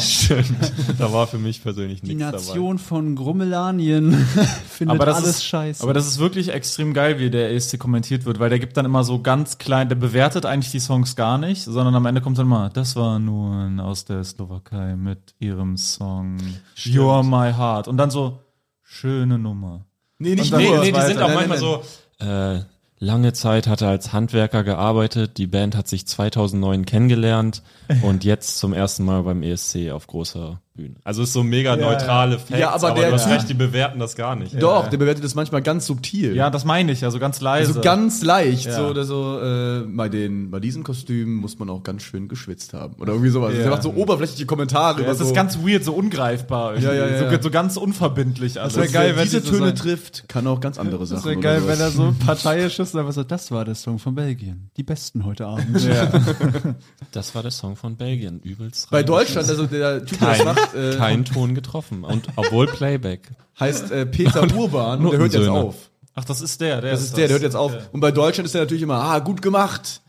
S3: stimmt. Da war für mich persönlich
S2: Die
S3: nichts dabei.
S2: Nation von Grummelanien findet
S4: aber das
S2: alles
S4: ist,
S2: scheiße.
S4: Aber das ist wirklich extrem geil, wie der ESC kommentiert wird, weil der gibt dann immer so ganz klein, der bewertet eigentlich die Songs gar nicht, sondern am Ende kommt dann mal, das war nun aus der Slowakei mit ihrem Song You're My Heart. Und dann so, schöne Nummer.
S1: Nee,
S4: Und
S1: nicht
S4: dann-
S3: Nee,
S4: Nur
S3: nee, die
S4: weiter.
S3: sind auch
S1: Nein,
S3: manchmal
S1: nein,
S3: so. Äh, lange Zeit hat er als Handwerker gearbeitet. Die Band hat sich 2009 kennengelernt und jetzt zum ersten Mal beim ESC auf großer Bühne. Also ist so mega neutrale Facts,
S1: Ja, aber der-
S3: du hast
S1: ja.
S3: recht, die bewerten das gar nicht.
S1: Doch, der bewertet das manchmal ganz subtil.
S4: Ja, das meine ich, also ganz leise.
S1: so ganz leicht.
S4: Ja.
S1: So oder so, äh, bei, den, bei diesen Kostümen muss man auch ganz schön geschwitzt haben. Oder irgendwie sowas.
S4: Ja.
S1: Der macht so oberflächliche Kommentare
S4: ja,
S1: über
S4: es
S1: so.
S4: ist ganz weird, so ungreifbar. irgendwie.
S1: Ja, ja, ja, ja.
S4: So, so ganz unverbindlich. alles.
S1: Wer
S2: wär geil, wenn
S1: äh, diese
S2: die so
S1: Töne
S2: sagen-
S1: trifft, kann auch ganz andere Sachen.
S2: Das wäre
S1: oder
S2: geil,
S1: sowas.
S2: wenn er so parteiisch ist und einfach so, das war der Song von Belgien. Die besten heute Abend.
S3: Das war der Song von Belgien, übelst.
S1: Bei
S3: rein.
S1: Deutschland, also der Typ, der das
S3: kein,
S1: macht, äh,
S3: kein Ton getroffen. Und obwohl Playback.
S1: heißt äh, Peter Urban und der hört jetzt
S3: Notensöhne.
S1: auf.
S4: Ach, das ist der, der
S1: Das ist der, der hört jetzt auf. Und bei Deutschland ist er natürlich immer, ah, gut gemacht.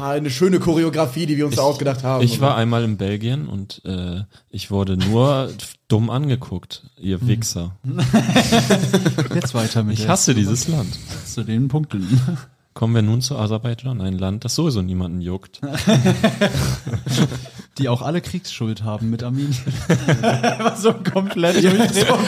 S1: Ah, eine schöne Choreografie, die wir uns da ausgedacht haben.
S3: Ich war einmal in Belgien und äh, ich wurde nur dumm angeguckt, ihr Wichser.
S2: Jetzt weiter mit
S3: Ich
S2: der-
S3: hasse dieses Land.
S2: zu den Punkten.
S3: Kommen wir nun zu Aserbaidschan, ein Land, das sowieso niemanden juckt.
S2: Die auch alle Kriegsschuld haben mit Armenien. Einfach so komplett
S1: super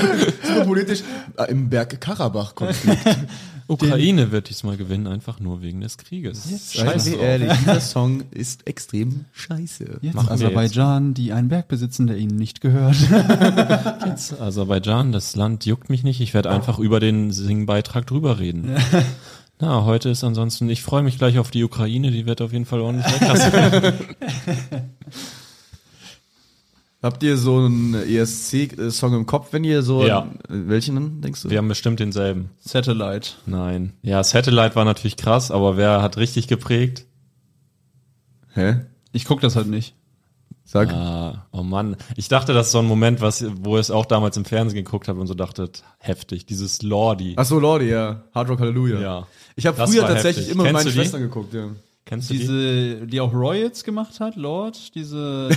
S1: politisch. Ah, Im Berg Karabach konflikt
S3: Ukraine wird diesmal gewinnen, einfach nur wegen des Krieges.
S1: Scheiße.
S3: drauf.
S1: ehrlich, dieser Song ist extrem scheiße.
S2: Jetzt
S3: Machen wir
S2: Aserbaidschan, die einen Berg besitzen, der ihnen nicht gehört.
S3: Aserbaidschan, das Land juckt mich nicht. Ich werde einfach über den Singbeitrag drüber reden. Na, heute ist ansonsten, ich freue mich gleich auf die Ukraine, die wird auf jeden Fall ordentlich weglassen.
S1: Habt ihr so einen ESC-Song im Kopf, wenn ihr so. äh,
S3: Ja.
S1: Welchen dann, denkst du?
S3: Wir haben bestimmt denselben.
S2: Satellite.
S3: Nein. Ja, Satellite war natürlich krass, aber wer hat richtig geprägt?
S1: Hä?
S2: Ich guck das halt nicht.
S1: Sag.
S3: Ah, oh Mann. Ich dachte, das ist so ein Moment, was, wo ihr es auch damals im Fernsehen geguckt habt und so dachtet, heftig, dieses Lordi.
S1: Ach so, Lordi, ja. Hard Rock Hallelujah.
S3: Ja.
S1: Ich habe
S3: Das
S1: früher
S3: war
S1: tatsächlich
S3: heftig.
S1: immer mit meinen
S3: Kennst du die?
S1: Schwestern geguckt, ja.
S3: Kennst du diese?
S2: Diese, die auch Royals gemacht hat, Lord, diese.
S3: Die?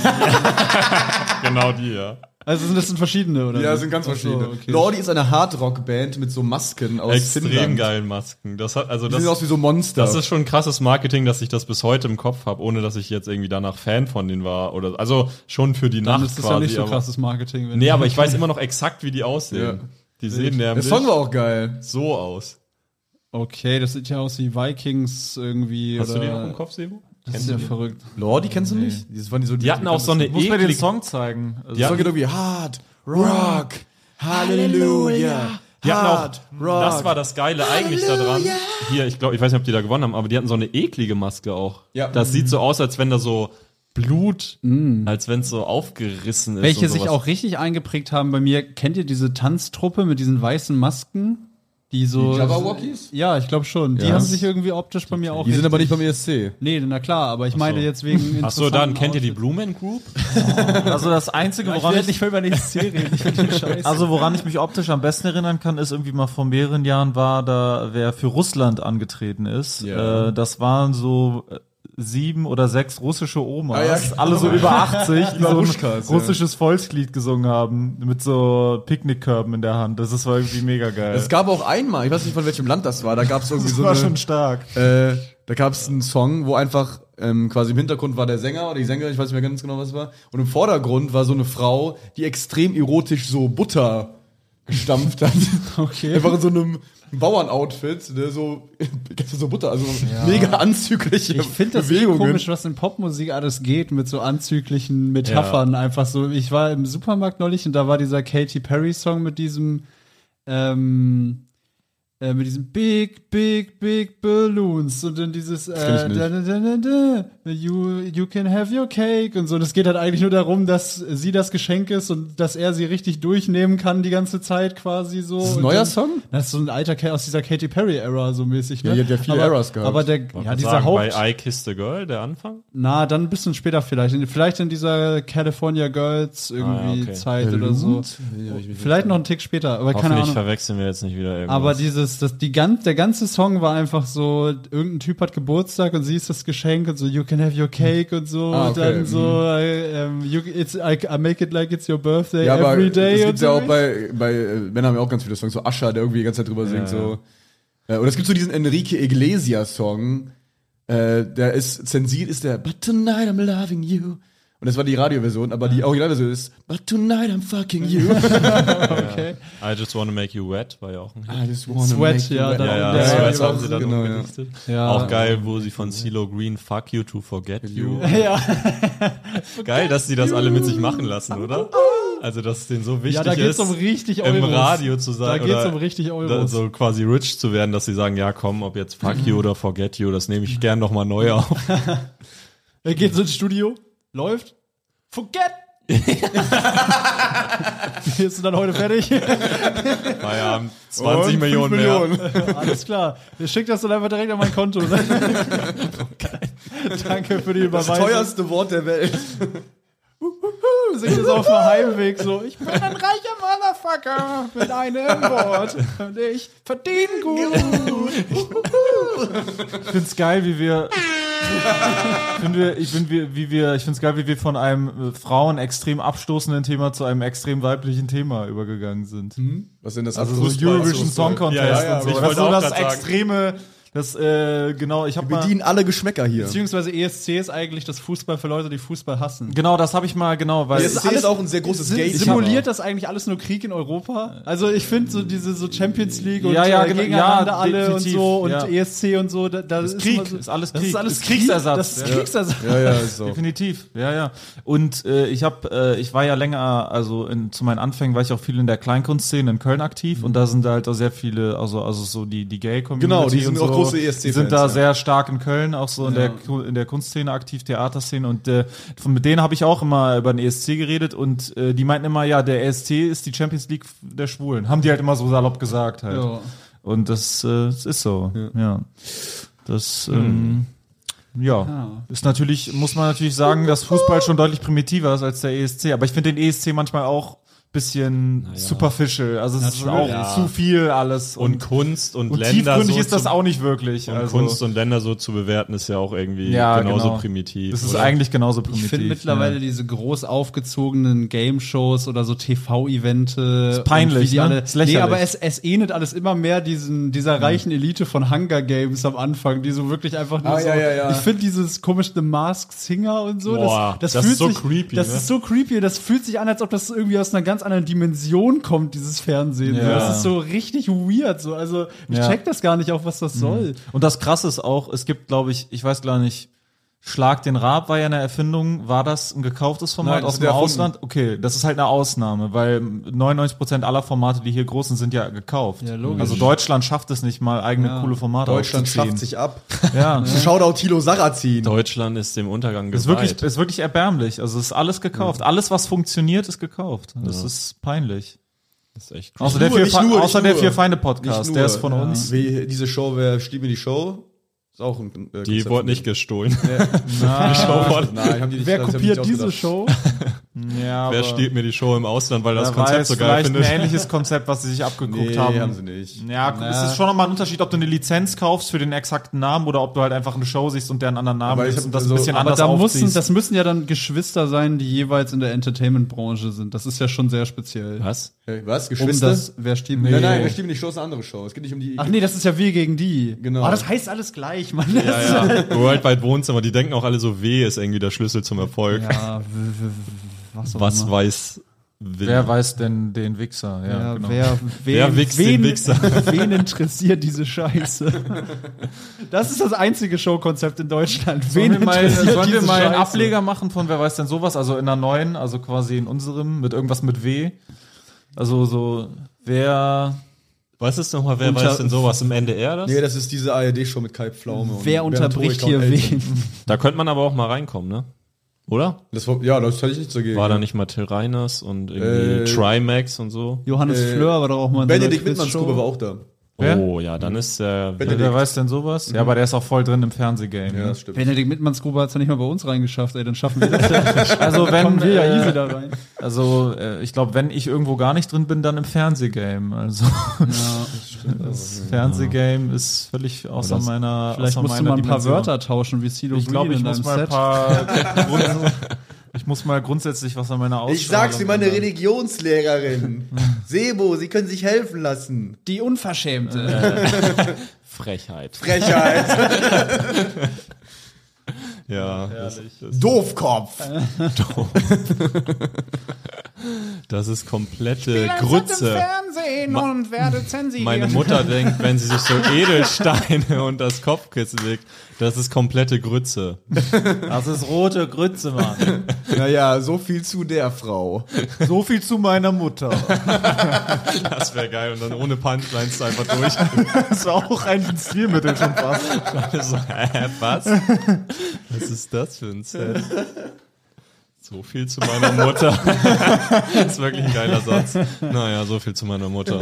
S3: Genau die, ja.
S2: Also sind das sind verschiedene, oder?
S1: Ja,
S2: wie?
S1: sind ganz
S2: Ach so,
S1: verschiedene.
S2: okay.
S1: Lordi ist eine Hardrock-Band mit so Masken aus
S3: Extrem
S1: Finnland.
S3: geilen Masken. Das hat, also
S1: Die sehen aus
S3: das,
S1: wie so Monster.
S3: das ist schon krasses Marketing, dass ich das bis heute im Kopf habe, ohne dass ich jetzt irgendwie danach Fan von denen war oder, also schon für die
S2: Dann
S3: Nacht
S2: ist das
S3: quasi.
S2: ja nicht so
S3: aber-
S2: krasses Marketing. Wenn
S3: Nee, aber ich weiß immer noch exakt, wie die aussehen.
S1: Ja.
S3: Die sehen
S1: der
S3: nämlich
S1: Song war auch geil.
S3: so aus.
S2: Okay, das sieht ja aus wie Vikings irgendwie.
S3: Hast
S2: oder
S3: du die noch im Kopf, Sebo?
S2: Das
S3: Kennst
S2: ist
S3: du
S2: ja
S3: die?
S2: verrückt.
S1: Lordi kennst du nicht? Die waren die so
S3: Die hatten auch so eine
S4: muss mir den
S3: eklig-
S4: Song zeigen. Also,
S1: Das war irgendwie Hard Rock Hallelujah
S3: Die hatten
S1: Hard
S3: auch,
S1: Rock.
S3: das war das Geile eigentlich daran. Hier, ich glaube, ich weiß nicht, ob die da gewonnen haben, aber die hatten so eine eklige Maske auch.
S1: Ja.
S3: Das sieht so aus, als wenn da so Blut, als wenn es so aufgerissen ist.
S2: Mm. Welche
S3: und
S2: sich
S3: sowas.
S2: auch richtig eingeprägt haben bei mir. Kennt ihr diese Tanztruppe mit diesen weißen Masken? Die so.
S1: Die Jabberwockies?
S2: Ja, ich glaube schon. Die
S3: Ja.
S2: haben sich irgendwie optisch bei mir auch.
S1: Die sind aber
S2: richtig-
S1: nicht beim E ESC.
S2: Nee, na klar, aber ich meine jetzt wegen.
S3: Ach so, dann kennt ihr die Blue Man Group?
S4: Also das Einzige, woran ich,
S2: mehr über die Serie Ich finde die scheiße.
S4: also woran ich mich optisch am besten erinnern kann, ist irgendwie mal vor mehreren Jahren war da, wer für Russland angetreten ist.
S1: Ja.
S4: Äh, das waren so äh, sieben oder sechs russische Omas,
S1: Ah, ja.
S4: alle so über 80, die so ein
S1: Babuschkas, ja.
S4: russisches Volkslied gesungen haben, mit so Picknickkörben in der Hand. Das ist, war irgendwie mega geil.
S1: Es gab auch einmal, ich weiß nicht von welchem Land Äh. das war, da gab es irgendwie so eine,
S4: stark.
S1: äh, da gab es einen Song, wo einfach ähm, quasi im Hintergrund war der Sänger oder die Sängerin, ich weiß nicht mehr ganz genau, was es war. Und im Vordergrund war so eine Frau, die extrem erotisch so Butter gestampft hat. Okay. Einfach in so einem Bauernoutfit, ne, so, so Butter, also mega anzügliche
S2: ich finde das eh komisch, was in Popmusik alles geht mit so anzüglichen Metaphern. Einfach so. Ich war im Supermarkt neulich und da war dieser Katy Perry Song mit diesem ähm, äh, mit diesem Big, Big, Big Balloons und dann dieses äh,
S1: kenn ich
S2: da, da, da, da, da, you, you can have your cake und so. Und es geht halt eigentlich nur darum, dass sie das Geschenk ist und dass er sie richtig durchnehmen kann die ganze Zeit quasi so.
S1: Das ist ein
S2: Und
S1: neuer
S2: dann-
S1: Song?
S2: Das ist so ein alter Ka- aus dieser Katy Perry-Ära so mäßig. Ne?
S1: Ja, die hat ja viele
S2: aber,
S1: Eras gehabt.
S2: Aber der, ja,
S3: Kann
S2: dieser
S3: sagen,
S2: Haupt...
S3: Bei I Kissed a Girl, der Anfang?
S2: Na, dann ein bisschen später vielleicht. In, vielleicht in dieser California Girls irgendwie
S3: Ah, ja, okay.
S2: Zeit oder so. Vielleicht noch einen Tick später, aber keine
S3: Hoffentlich
S2: Ahnung.
S3: verwechseln wir jetzt nicht wieder irgendwas.
S2: Aber dieses, das, die ganz, der ganze Song war einfach so, irgendein Typ hat Geburtstag und sie ist das Geschenk und so, you can have your cake und so,
S1: Ah,
S2: und
S1: okay,
S2: dann so, I, ähm, you, it's, I, I make it like it's your birthday
S1: Ja, aber
S2: every day.
S1: das
S2: und
S1: gibt's ja
S2: so.
S1: auch bei, bei äh, Männern haben ja auch ganz viele Songs, so Ascher, der irgendwie die ganze Zeit drüber singt, so. Äh, Oder es gibt so diesen Enrique Iglesias Song, äh, der ist zensiert, ist der But tonight I'm loving you. Und das war die Radioversion, aber die Originalversion ist But tonight I'm fucking you.
S2: okay.
S3: I Just Wanna Make You Wet war ja auch ein
S1: I just wanna
S2: Sweat,
S1: make you
S2: ja,
S1: wet.
S2: da-
S3: Ja, ja,
S2: Ja,
S3: das
S2: ja,
S3: weiß,
S2: ja,
S3: haben sie dann
S1: genau,
S3: noch
S1: ja.
S3: gedichtet.
S2: Ja.
S3: Auch geil, wo sie von CeeLo Green Fuck You to Forget You.
S2: Ja.
S3: Geil, dass sie das alle mit sich machen lassen, oder? Also, dass es denen so wichtig
S2: Ja, da geht's
S3: ist,
S2: um richtig
S3: im
S2: Euros.
S3: Radio zu
S2: Da
S3: sein.
S2: geht's
S3: oder
S2: um richtig Euros.
S3: da- So quasi rich zu werden, dass sie sagen, ja komm, ob jetzt Fuck You oder Forget You, das nehme ich gern nochmal neu auf.
S2: Er geht so ins Studio, läuft, forget! Bist du dann heute fertig?
S3: Feierabend, 20
S1: Und
S3: Millionen,
S1: fünf
S3: mehr.
S1: Millionen.
S2: Alles klar. Ich schick das dann einfach direkt an mein Konto.
S4: ne?
S2: Danke für die
S1: Das
S2: Überweisung.
S1: teuerste Wort der Welt.
S2: Singt das auf dem Heimweg so. Ich bin ein reicher Motherfucker mit einem Wort. Und ich verdiene gut.
S4: Ich find's geil, wie wir. find wir, ich find wir, wie wir, ich find's geil, wie wir von einem äh, Frauen extrem abstoßenden Thema zu einem extrem weiblichen Thema übergegangen sind.
S3: Mhm.
S1: Was denn das?
S4: Also so Eurovision Song Contest
S3: Ja, ja, ja,
S4: und so.
S3: ich
S4: das ist
S3: wollte
S4: so
S3: auch
S4: das
S3: grad sagen.
S4: extreme, das äh, genau. Ich habe
S1: Wir
S4: mal
S1: bedienen alle Geschmäcker hier.
S2: Beziehungsweise ESC ist eigentlich das Fußball für Leute, die Fußball hassen.
S4: genau, das habe ich mal genau, weil
S1: Es ist alles auch ein sehr großes
S2: Sim-
S1: Gate.
S2: Simuliert das eigentlich alles nur Krieg in Europa? Also ich finde so diese so Champions League und
S4: Ja, ja,
S2: äh,
S4: genau.
S2: gegeneinander
S4: Ja,
S2: alle und
S4: definitiv.
S2: so und
S4: Ja.
S2: ESC und so. Da, da ist
S4: Krieg,
S2: immer so,
S4: ist alles
S2: Das
S4: Krieg,
S2: ist alles
S4: ist
S2: Krieg,
S4: Kriegsersatz.
S2: Das ist
S4: Ja.
S2: Kriegsersatz.
S1: Ja, ja, ist so.
S4: Definitiv, ja, ja. Und äh, ich habe, äh, ich war ja länger, also in, zu meinen Anfängen war ich auch viel in der Kleinkunstszene in Köln aktiv und da sind halt auch sehr viele, also also so die die Gay Community
S1: Genau, die sind
S4: und
S1: auch
S4: so,
S1: große ESC
S4: die sind
S1: Fans,
S4: da
S1: ja.
S4: sehr stark in Köln, auch so in der Ku- in der Kunstszene aktiv, Theaterszene und äh, von mit denen habe ich auch immer über den ESC geredet und äh, die meinten immer, ja, der ESC ist die Champions League der Schwulen, haben die halt immer so salopp gesagt halt.
S2: Ja.
S4: Und das, äh, das ist so, ja. Das,
S1: Hm.
S4: ähm, ja.
S3: Ah.
S4: Ist natürlich, muss man natürlich sagen, dass Fußball schon deutlich primitiver ist als der ESC. Aber ich finde den ESC manchmal auch bisschen superficial. Also es ist auch
S3: Ja.
S4: zu viel alles.
S3: Und Kunst und,
S4: und
S3: Länder.
S4: tiefgründig
S3: so
S4: ist das
S3: zu-
S4: auch nicht wirklich.
S3: Und
S4: also,
S3: Kunst und Länder so zu bewerten, ist ja auch irgendwie
S4: Ja,
S3: genauso
S4: genau.
S3: primitiv.
S4: das ist
S3: oder?
S4: eigentlich genauso primitiv.
S2: Ich finde mittlerweile diese groß aufgezogenen Game-Shows oder so TV-Evente. und
S4: peinlich,
S2: wie die
S4: ne?
S2: alle-
S4: Ist lächerlich.
S2: Nee, aber es, es ähnelt alles immer mehr diesen, dieser reichen Elite von Hunger Games am Anfang, die so wirklich einfach nur
S1: Ah,
S2: so.
S1: ja, ja, ja.
S2: Ich finde dieses komische The Mask Singer und so.
S3: Boah,
S2: das, das,
S3: das ist
S2: fühlt
S3: so
S2: sich,
S3: creepy,
S2: Das
S3: ne?
S2: ist so creepy. Das fühlt sich an, als ob das irgendwie aus einer ganz anderen Dimension kommt, dieses Fernsehen.
S4: Ja.
S2: Das ist so richtig weird. So. Also ich
S4: Ja.
S2: check das gar nicht auch, was das soll.
S4: Und das Krasse ist auch, es gibt, glaube ich, ich weiß gar nicht, Schlag den Raab war ja eine Erfindung. War das ein gekauftes Format
S1: Nein, das
S4: aus
S1: hat
S4: dem
S1: er erfunden.
S4: Ausland? Okay, das ist halt eine Ausnahme, weil 99% aller Formate, die hier groß sind, sind ja gekauft.
S2: Ja, logisch.
S4: Also Deutschland schafft es nicht mal, eigene coole Formate
S1: Deutschland schafft
S4: aufzuziehen.
S1: sich ab.
S4: Ja,
S1: Shoutout Tilo Sarrazin.
S3: Deutschland ist dem Untergang
S4: ist
S3: geweiht.
S4: wirklich, ist wirklich erbärmlich. Also es ist alles gekauft. Alles, was funktioniert, ist gekauft. Das ist peinlich.
S3: Das ist echt
S4: Außer
S3: crazy.
S4: der,
S1: nur,
S4: vier,
S1: nicht
S4: Fe-
S1: nur,
S4: außer
S1: nicht
S4: der
S1: nur.
S4: vier Feinde Podcast, der ist von
S1: ja.
S4: uns.
S1: Wie diese Show, wer steht mir die Show? Ist auch ein äh,
S3: Die
S1: Konzept
S3: wurde
S1: von
S3: nicht
S1: mir.
S3: gestohlen. Die Show wurde-
S1: Nein, haben die nicht
S2: Wer
S1: das haben die
S2: kopiert
S1: nicht
S2: diese
S1: ausgedacht.
S2: Show?
S4: Ja,
S3: Wer
S4: aber
S3: stiehlt mir die Show im Ausland, weil er
S4: wer
S3: das Konzept
S4: weiß,
S3: so geil
S4: vielleicht ein
S3: findet?
S4: ähnliches Konzept, was sie sich abgeguckt
S1: Nee,
S4: haben.
S1: haben, sie nicht.
S4: Ja, ne? guck, es ist schon nochmal ein Unterschied, ob du eine Lizenz kaufst für den exakten Namen oder ob du halt einfach eine Show siehst und deren anderen Namen
S1: Aber ich
S4: nimmst
S1: hab
S4: und das
S1: so-
S4: ein bisschen
S1: aber
S4: anders
S2: da müssen,
S4: aufziehst.
S2: das müssen ja dann Geschwister sein, die jeweils in der Entertainment-Branche sind. Das ist ja schon sehr speziell.
S3: Was?
S1: Hey, was?
S2: Um
S1: Geschwister?
S2: das, wer steht
S1: Nein, nein, wir stimmen die Show ist eine andere Show. Es geht nicht um die.
S2: Ach nee, das ist ja wir gegen die.
S1: Genau.
S2: Ah, das heißt alles gleich, Mann. Das ist-
S3: Ja, ja. Worldwide halt Wohnzimmer, die denken auch alle so, weh ist irgendwie der Schlüssel zum Erfolg.
S2: Ja, Ah, w- w- w- was auch
S3: Was
S2: immer.
S3: weiß will.
S4: Wer weiß denn den Wichser? Ja,
S2: Ja,
S4: genau.
S2: wer,
S3: Wer wichst den Wichser?
S2: wen interessiert diese Scheiße? Das ist das einzige Showkonzept in Deutschland.
S4: Sollen
S2: Wen
S4: wir mal,
S2: interessiert
S4: sollen wir
S2: diese
S4: mal einen
S2: Scheiße?
S4: Ableger machen von wer weiß denn sowas? Also in einer neuen, also quasi in unserem, mit irgendwas mit W. Also so, wer.
S3: Was ist nochmal, wer
S2: Unter-
S3: weiß denn sowas im NDR das?
S1: nee, das ist diese ARD-Show mit Kai Pflaume. und
S2: Wer
S1: Bernd
S2: unterbricht
S1: Horecker
S2: hier
S1: und Elton.
S2: wen?
S3: Da könnte man aber auch mal reinkommen, ne? Oder?
S1: Das war, ja, das hatte ich nichts dagegen.
S3: War da nicht mal Till Reiners und irgendwie
S1: Äh,
S3: Trimax und so?
S2: Johannes
S1: Äh,
S2: Fleur war doch auch mal in so einer
S1: Benedikt
S2: Quizshow.
S1: Wittmannsgruppe war auch da.
S4: Wer?
S3: Oh ja, dann ist der.
S1: Benedikt.
S4: Wer weiß denn sowas? Ja, aber der ist auch voll drin im Fernsehgame.
S1: Ja,
S4: ne?
S1: das stimmt.
S2: Benedikt Mittmannsgruber hat es ja nicht mal bei uns reingeschafft, ey, dann schaffen wir das ja.
S4: Also wenn
S2: Kommen wir ja
S4: äh,
S2: easy da rein.
S4: Also, äh, ich glaube, wenn ich irgendwo gar nicht drin bin, dann im Fernsehgame. Also, das Fernsehgame ist völlig außer
S3: das-
S4: meiner.
S2: Vielleicht
S4: außer
S2: musst du
S4: meiner
S2: mal ein paar
S4: Dimension.
S2: Wörter tauschen, wie Silo
S4: Ich glaube,
S2: Green
S4: ich
S2: in
S4: muss
S2: deinem
S4: mal ein
S2: Set.
S4: paar. ich muss mal grundsätzlich was an meiner Ausstrahlung.
S1: Ich sag's wie meine
S4: ändern.
S1: Religionslehrerin. Sebo, Sie können sich helfen lassen.
S2: Die Unverschämte.
S3: Frechheit.
S1: Frechheit.
S3: Ja, das, das,
S1: Doofkopf.
S3: das ist komplette Grütze.
S2: Fernsehen
S3: Ma-
S2: und werde zensiert.
S3: Meine Mutter denkt, wenn sie sich so Edelsteine und das Kopfkissen legt, das ist komplette Grütze.
S4: Das ist rote Grütze, Mann.
S1: Naja, so viel zu der Frau.
S4: so viel zu meiner Mutter.
S3: Das wäre geil. Und dann ohne Punchlines einfach durch.
S4: Das war auch ein Stilmittel schon fast.
S3: so, hä, was? Was ist das für ein Set? So viel zu meiner Mutter. das ist wirklich ein geiler Satz. Naja, so viel zu meiner Mutter.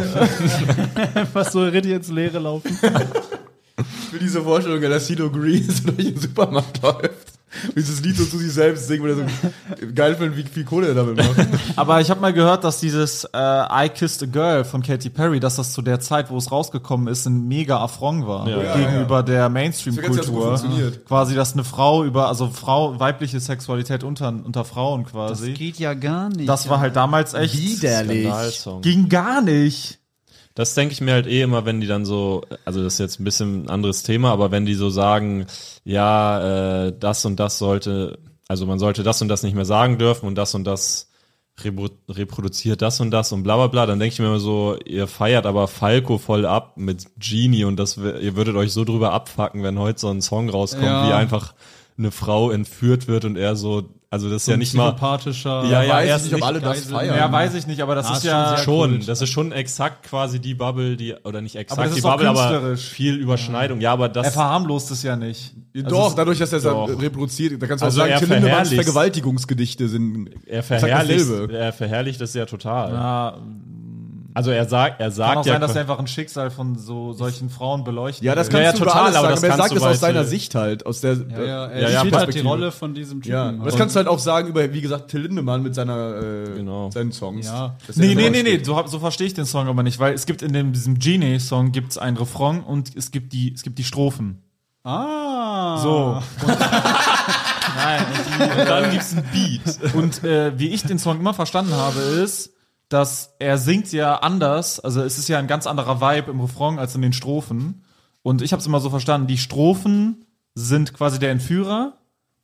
S2: fast so richtig ins Leere laufen.
S1: Ich will diese Vorstellung, dass Silo Green so durch den Supermarkt läuft. Und dieses Lied so zu sich selbst singt, weil er so geil findet, wie viel Kohle er damit macht.
S4: Aber ich habe mal gehört, dass dieses äh, I Kissed a Girl von Katy Perry, dass das zu der Zeit, wo es rausgekommen ist, ein mega Affront war
S3: Ja.
S4: gegenüber der
S1: Das hat ganz gut
S4: Mainstream-Kultur.
S1: funktioniert.
S4: Quasi, dass eine Frau über, also Frau, weibliche Sexualität unter, unter Frauen
S2: Das
S4: quasi.
S2: geht ja gar nicht.
S4: Das, war halt damals echt.
S3: Skandalsong.
S4: Ging gar nicht.
S3: Das denke ich mir halt eh immer, wenn die dann so, also das ist jetzt ein bisschen ein anderes Thema, aber wenn die so sagen, ja, äh, das und das sollte, also man sollte das und das nicht mehr sagen dürfen und das und das repro- reproduziert das und das und bla bla bla, dann denke ich mir immer so, ihr feiert aber Falco voll ab mit Genie und das, wär- ihr würdet euch so drüber abfacken, wenn heute so ein Song rauskommt,
S2: Ja.
S3: wie einfach eine Frau entführt wird und er so, also das ist ja nicht mal
S2: sympathischer.
S3: Ja, ja.
S1: Weiß
S3: erst
S1: ich nicht, ob
S3: nicht
S1: alle das
S2: Geisel-
S1: feiern.
S4: Ja, weiß ich nicht, aber das
S2: Ah,
S4: ist
S2: schon
S4: ja.
S2: sehr
S3: Schon,
S2: cool.
S3: das ist schon exakt quasi die Bubble, die, oder nicht exakt
S4: Aber das
S3: die
S4: ist auch
S3: Bubble, aber
S4: künstlerisch.
S3: viel Überschneidung. Ja, aber das,
S4: Er verharmlost es ja nicht. Also
S1: doch, dadurch, dass er es
S3: also doch.
S1: reproduziert, da kannst du
S3: Also
S1: auch sagen,
S3: er
S1: Till Lindemanns
S3: verherrlicht-
S1: Vergewaltigungsgedichte sind
S3: er
S1: exakt
S3: verherrlicht,
S1: dasselbe.
S3: er verherrlicht das ja total.
S4: Ja,
S3: Also er sagt, er
S4: kann auch
S3: sagt ja,
S4: sein, dass er einfach ein Schicksal von so solchen Frauen beleuchtet.
S1: Ja, das
S4: kann
S1: kannst du
S3: ja, total,
S1: über alles
S3: aber
S1: sagen,
S3: das
S1: aber er
S3: kannst
S1: sagt
S3: du
S1: es
S3: bei
S1: aus seiner
S3: Till-
S1: Sicht halt, aus der
S2: Ja, ja, er
S3: Ja, ja,
S2: spielt halt die
S3: Perspektive.
S2: Rolle von diesem Typen.
S1: Ja, aber das
S2: Und-
S1: kannst du halt auch sagen über, wie gesagt, Till Lindemann mit seiner, äh,
S3: Genau.
S1: seinen Songs.
S2: Ja.
S1: Dass er
S4: Nee, nee,
S1: eine
S4: nee,
S1: Rolle
S4: nee,
S1: spielt.
S4: so, hab- so verstehe ich den Song aber nicht, weil es gibt in dem, diesem Genie-Song gibt's ein Refrain und es gibt die, es gibt die Strophen.
S2: Ah.
S4: So.
S3: und dann gibt's ein Beat.
S4: Und äh, wie ich den Song immer verstanden habe, ist, dass er singt ja anders, also es ist ja ein ganz anderer Vibe im Refrain als in den Strophen. Und ich habe es immer so verstanden, die Strophen sind quasi der Entführer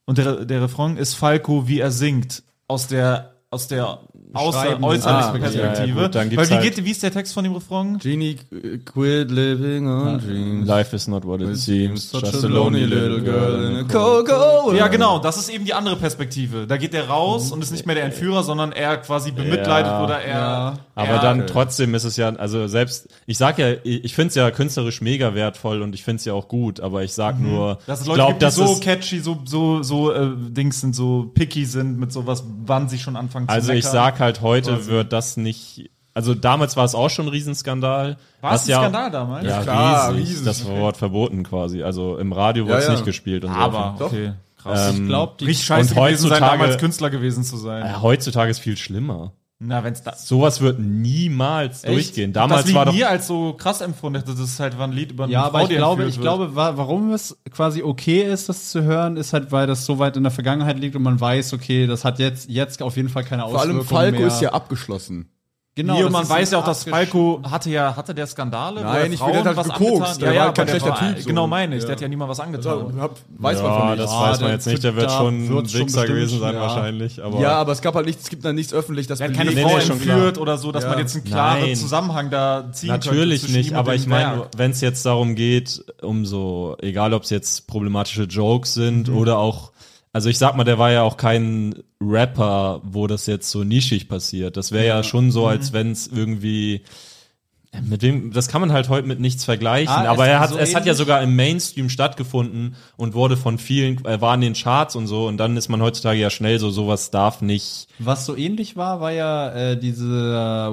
S4: und der, der Refrain ist Falco, wie er singt, aus der, aus der Außer,
S3: Schreiben-
S4: äußerlich
S3: Ah,
S4: Perspektive.
S3: ja, gut, dann gibt's
S4: Weil wie,
S3: halt-
S4: geht, wie ist der Text von dem Refrain?
S1: Genie äh, quit living on dreams.
S3: Life is not what it seems,
S1: Such a lonely little girl in a cold, cold
S4: Ja, genau, das ist eben die andere Perspektive. Da geht er raus und ist nicht mehr der Entführer, sondern er quasi bemitleidet
S3: Ja.
S4: oder er.
S3: Aber
S4: er,
S3: dann trotzdem ist es ja, also selbst, ich sag ja, ich, ich finde es ja künstlerisch mega wertvoll und ich finde es ja auch gut, aber ich sag nur,
S4: Mhm. Dass es
S3: ich
S4: Leute
S3: glaube,
S4: gibt, die
S3: das
S4: so
S3: ist,
S4: catchy, so, so, so äh, Dings sind, so picky sind mit sowas, wann sie schon anfangen
S3: also
S4: zu meckern.
S3: ich sag halt, heute wird das nicht, also damals war es auch schon ein Riesenskandal.
S4: War es
S3: was
S4: ein Skandal damals?
S3: Ja,
S1: Klar,
S3: riesig.
S1: riesig.
S3: Das Wort verboten quasi, also im Radio wurde es
S1: ja.
S3: nicht gespielt und
S4: Aber,
S3: so.
S4: okay, krass.
S3: Ähm,
S2: Ich glaube, die Äh,
S4: Richtig scheiße
S3: und
S4: gewesen sein,
S3: heutzutage-
S4: damals Künstler gewesen zu sein.
S3: Ja, Heutzutage ist viel schlimmer.
S4: Na, wenn's da.
S3: Sowas wird niemals durchgehen. Damals
S4: das
S3: war doch
S4: mir als so krass empfunden, hätte, das ist halt war ein Lied über eine
S2: Ja, aber
S4: Frau,
S2: ich
S4: die
S2: glaube,
S4: entführt
S2: ich
S4: wird.
S2: glaube, wa warum es quasi okay ist, das zu hören, ist halt, weil das so weit in der Vergangenheit liegt und man weiß, okay, das hat jetzt, jetzt auf jeden Fall keine
S1: Vor
S2: Auswirkungen
S1: allem Falco
S2: mehr.
S1: ist ja abgeschlossen.
S2: genau,
S4: Hier,
S2: das
S4: man
S2: ist
S4: weiß ja auch,
S2: ein
S4: dass Falco hatte ja, hatte der Skandale?
S1: Nein, ich will, der hat gekokst, der
S4: Der ja,
S1: war
S4: ja,
S1: kein
S4: aber der
S1: schlechter
S4: war,
S1: Typ, so.
S4: Genau meine ich,
S1: Ja.
S4: der hat ja niemand was
S1: Also,
S4: angetan.
S1: hab, weiß
S3: ja,
S1: man von
S3: das
S1: nicht. Ah,
S3: weiß man
S2: der
S3: jetzt nicht, der wird
S2: da
S3: schon ein
S2: wird's schon
S3: Wichser
S2: bestimmt,
S3: gewesen sein
S2: ja.
S3: wahrscheinlich. Aber
S1: Ja, aber es gab halt nichts, es gibt dann nichts öffentlich, das
S4: Der hat keine
S3: Nee,
S4: Frau
S3: nee, schon
S4: entführt oder so, dass man jetzt einen klaren
S3: Nein.
S4: Zusammenhang da ziehen könnte
S3: Natürlich
S4: zwischen ihm
S3: nicht,
S4: und
S3: aber
S4: dem
S3: ich meine,
S4: Werk.
S3: wenn es jetzt darum geht, um so, egal ob es jetzt problematische Jokes sind
S2: Mhm.
S3: oder auch, also ich sag mal, der war ja auch kein Rapper, wo das jetzt so nischig passiert. Das wäre ja. schon so,
S2: Mhm.
S3: als wenn es irgendwie äh, mit dem, das kann man halt heute mit nichts vergleichen,
S2: Ah, es
S3: aber er
S2: war
S3: hat,
S2: so
S3: es hat ja
S2: ähnlich.
S3: sogar im Mainstream stattgefunden und wurde von vielen, er war in den Charts und so und dann ist man heutzutage ja schnell so, sowas darf nicht.
S2: Was so ähnlich war, war ja äh, diese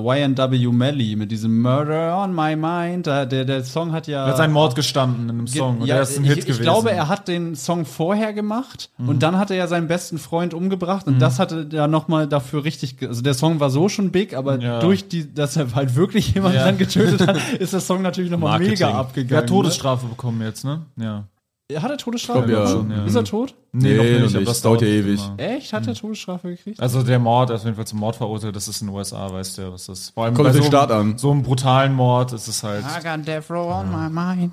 S2: YNW Melly mit diesem Murder on my mind. Da, der, der Song hat ja.
S4: Er hat seinen Mord gestanden in einem Song und
S2: äh, ja,
S4: er ist ein
S2: ich,
S4: Hit
S2: ich
S4: gewesen. Mhm.
S2: glaube, er hat den Song vorher gemacht und dann hat er ja seinen besten Freund umgebracht und das hatte ja nochmal dafür richtig. ge- Also der Song war so schon big, aber
S4: Ja.
S2: durch die, dass er halt wirklich jemanden
S4: Ja.
S2: dann getötet hat, ist der Song natürlich nochmal
S3: Marketing.
S2: mega
S4: Der
S2: abgegangen.
S4: hat Todesstrafe bekommen jetzt, ne? Ja.
S2: Ne? Hat er Todesstrafe
S1: Ich glaub, ja.
S2: bekommen?
S4: Ja. Mhm.
S2: Ist er tot?
S1: Nee, noch nicht,
S4: aber
S1: das dauert ja
S4: jetzt
S1: ewig.
S4: immer.
S2: Echt? Hat er Todesstrafe gekriegt?
S4: Also der Mord, er ist auf jeden Fall zum Mord verurteilt, das ist in den USA, weißt du ja, was das ist. Vor allem
S1: Kommt auf
S4: so,
S1: den Staat an.
S4: so einem brutalen Mord ist es halt
S2: got death row on my mind.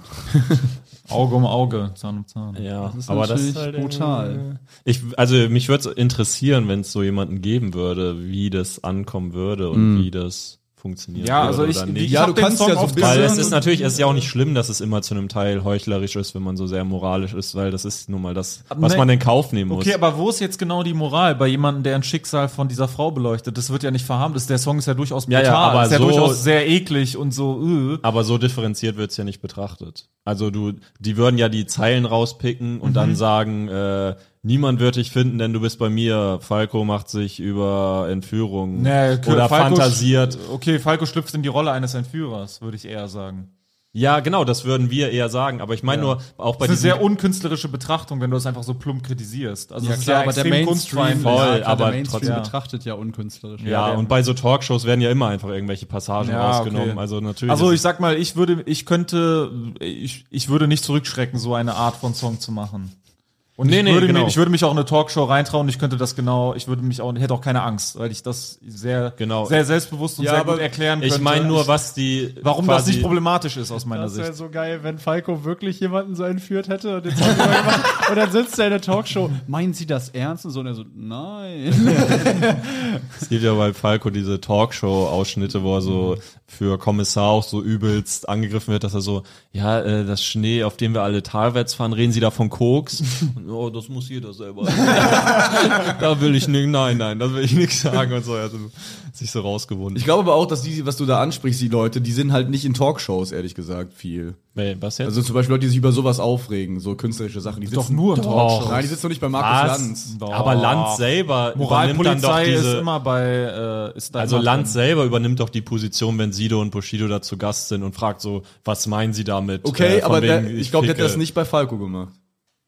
S4: Auge um Auge, Zahn um Zahn.
S3: Ja,
S2: Das ist
S3: aber das
S2: natürlich
S3: ist halt
S2: brutal.
S3: Ich, also mich würde es interessieren, wenn es so jemanden geben würde, wie das ankommen würde und wie das funktioniert.
S4: Ja,
S3: würde
S4: also ich,
S3: oder
S4: ich,
S3: nicht.
S4: hab
S1: du
S4: den
S1: kannst
S4: Song
S1: ja so ein
S4: oft
S1: bisschen-
S3: weil
S4: gehört
S3: es ist
S4: und-
S3: natürlich, es ist ja auch nicht schlimm, dass es immer zu einem Teil heuchlerisch ist, wenn man so sehr moralisch ist, weil das ist nun mal das, was
S4: ne-
S3: man in Kauf nehmen muss.
S4: Okay, aber wo ist jetzt genau die Moral bei jemandem, der ein Schicksal von dieser Frau beleuchtet? Das wird ja nicht verharmt. Das, der Song ist ja durchaus
S3: Ja,
S4: brutal.
S3: ja, aber
S4: ist ja
S3: so-
S4: durchaus sehr eklig und so. Äh.
S3: Aber so differenziert wird's ja nicht betrachtet. Also du, die würden ja die Zeilen rauspicken und
S4: Mhm.
S3: dann sagen, äh, niemand wird dich finden, denn du bist bei mir. Falco macht sich über Entführung
S4: Nee,
S3: oder
S4: Falco-
S3: fantasiert.
S4: Okay, Falco schlüpft in die Rolle eines Entführers, würde ich eher sagen.
S3: Ja, genau, das würden wir eher sagen. Aber ich meine nur, auch bei
S4: Das ist
S3: diesem
S4: eine sehr unkünstlerische Betrachtung, wenn du das einfach so plump kritisierst. Also
S2: Ja,
S4: das ist
S2: klar, aber der
S4: extrem
S2: Mainstream,
S4: kunstfeindlich.
S3: Voll,
S2: ja, klar,
S3: aber
S2: der Mainstream
S3: trotzdem-
S2: betrachtet ja unkünstlerisch.
S3: Ja,
S4: Ja,
S3: und bei so Talkshows werden ja immer einfach irgendwelche Passagen
S4: Ja,
S3: rausgenommen.
S4: okay.
S3: Also natürlich.
S4: Also
S3: ist-
S4: ich sag mal, ich würde, ich könnte, ich, ich würde nicht zurückschrecken, so eine Art von Song zu machen. Und
S3: Nee,
S4: ich,
S3: nee,
S4: würde
S3: genau.
S4: mir, ich würde mich auch in eine Talkshow reintrauen, ich könnte das genau, ich würde mich auch, hätte auch keine Angst, weil ich das sehr,
S3: Genau.
S4: sehr selbstbewusst und
S1: Ja,
S4: sehr gut
S1: aber
S4: erklären könnte.
S3: ich meine nur, was die.
S4: warum das
S3: quasi-
S4: nicht problematisch ist aus meiner
S2: Das wäre
S4: Sicht.
S2: so geil, wenn Falco wirklich jemanden so entführt hätte und, den Song drüber gemacht. und dann sitzt er in der Talkshow. Meinen Sie das ernst? Und so, und er so, nein.
S3: Es gibt ja bei Falco diese Talkshow-Ausschnitte, wo er so
S4: Mhm.
S3: für Kommissar auch so übelst angegriffen wird, dass er so, ja, äh, das Schnee, auf dem wir alle talwärts fahren, reden Sie da von Koks? Und, oh, das muss jeder selber. da will ich nicht, nein, nein, das will ich nichts sagen und so. Also sich so rausgewunden.
S1: Ich glaube aber auch, dass die, was du da ansprichst, die Leute, die sind halt nicht in Talkshows, ehrlich gesagt, viel.
S3: Ey, was jetzt?
S1: Also zum Beispiel Leute, die sich über sowas aufregen, so künstlerische Sachen. Die
S4: Doch nur in Talkshows.
S1: Nein, die sitzen doch nicht bei Markus
S3: was?
S1: Lanz.
S3: Aber Land selber übernimmt dann doch
S4: Moralpolizei
S3: diese.
S4: ist immer bei, äh, ist da
S3: Also
S4: immer
S3: Land
S4: drin.
S3: selber übernimmt doch die Position, wenn Sido und Bushido da zu Gast sind und fragt so, was meinen sie damit?
S1: Okay,
S3: Äh, von
S1: aber der,
S3: wegen,
S1: ich glaube, der hätte
S3: ficke.
S1: das nicht bei Falco gemacht.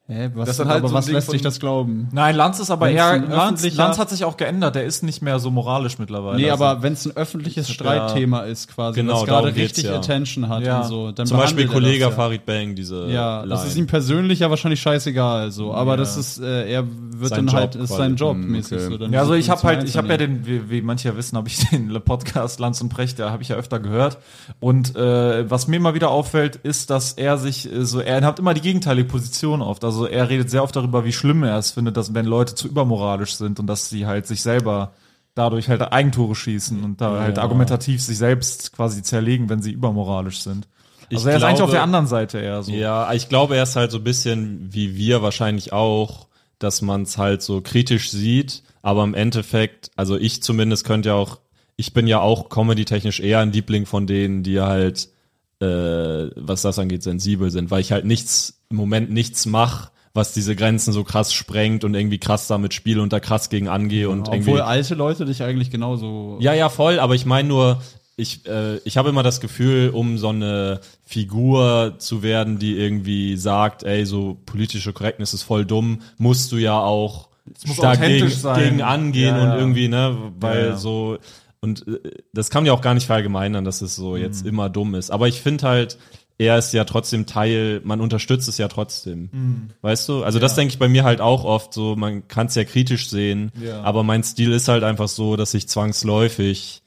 S2: Hä, was,
S1: Das ist dann halt
S2: aber
S1: so ein
S2: was
S1: Ding
S2: lässt
S1: von-
S2: sich das glauben?
S4: Nein, Lanz ist aber
S2: Wenn's
S4: eher,
S2: ein
S4: Lanz,
S2: öffentlicher-
S4: Lanz hat sich auch geändert, der ist nicht mehr so moralisch mittlerweile.
S2: Nee,
S4: Also-
S2: aber wenn es ein öffentliches Streitthema ist quasi,
S3: Genau,
S2: was gerade
S3: darum geht's
S2: richtig
S3: ja.
S2: Attention hat
S4: Ja.
S2: und so, dann
S3: äh, Zum Beispiel
S2: behandelt er
S3: Kollege
S2: das, ja.
S3: Farid Bang, diese
S2: Ja, das
S3: Line.
S2: ist ihm persönlich ja wahrscheinlich scheißegal so, aber das ist äh, er wird
S3: Sein
S2: dann
S3: Job
S2: halt ist sein
S3: quasi.
S2: Job
S1: Hm,
S2: mäßig
S1: okay.
S2: so dann
S4: Ja, also ich
S2: zum
S4: habe halt, ich
S2: Einzelnen.
S4: habe ja den, wie, wie manche ja wissen, habe ich den Podcast Lanz und Precht, da habe ich ja öfter gehört. Und äh, was mir immer wieder auffällt, ist, dass er sich äh, so, er hat immer die gegenteilige Position oft. Also er redet sehr oft darüber, wie schlimm er es findet, dass wenn Leute zu übermoralisch sind und dass sie halt sich selber dadurch halt Eigentore schießen und da halt argumentativ sich selbst quasi zerlegen, wenn sie übermoralisch sind. Also er ist eigentlich
S3: glaube-
S4: auf der anderen Seite eher so.
S3: Ja, ich glaube, er ist halt so ein bisschen wie wir wahrscheinlich auch, dass man es halt so kritisch sieht, aber im Endeffekt, also ich zumindest könnte ja auch, ich bin ja auch comedy-technisch eher ein Liebling von denen, die halt, äh, was das angeht, sensibel sind, weil ich halt nichts, im Moment nichts mache, was diese Grenzen so krass sprengt und irgendwie krass damit spiele und da krass gegen angehe und irgendwie.
S2: Obwohl alte Leute dich eigentlich genauso.
S3: Ja, ja, voll, aber ich meine nur, ich, äh, ich habe immer das Gefühl, um so eine Figur zu werden, die irgendwie sagt, ey, so politische Korrektnis ist voll dumm, musst du ja auch
S4: muss
S3: dagegen
S4: authentisch sein.
S3: gegen angehen
S4: Ja, ja.
S3: und irgendwie, ne, weil
S4: Ja, ja.
S3: so und äh, das kann man ja auch gar nicht verallgemeinern, dass es so jetzt immer dumm ist, aber ich finde halt er ist ja trotzdem Teil, man unterstützt es ja trotzdem. Weißt du? Also das denke ich bei mir halt auch oft so, man kann es ja kritisch sehen, aber mein Stil ist halt einfach so, dass ich zwangsläufig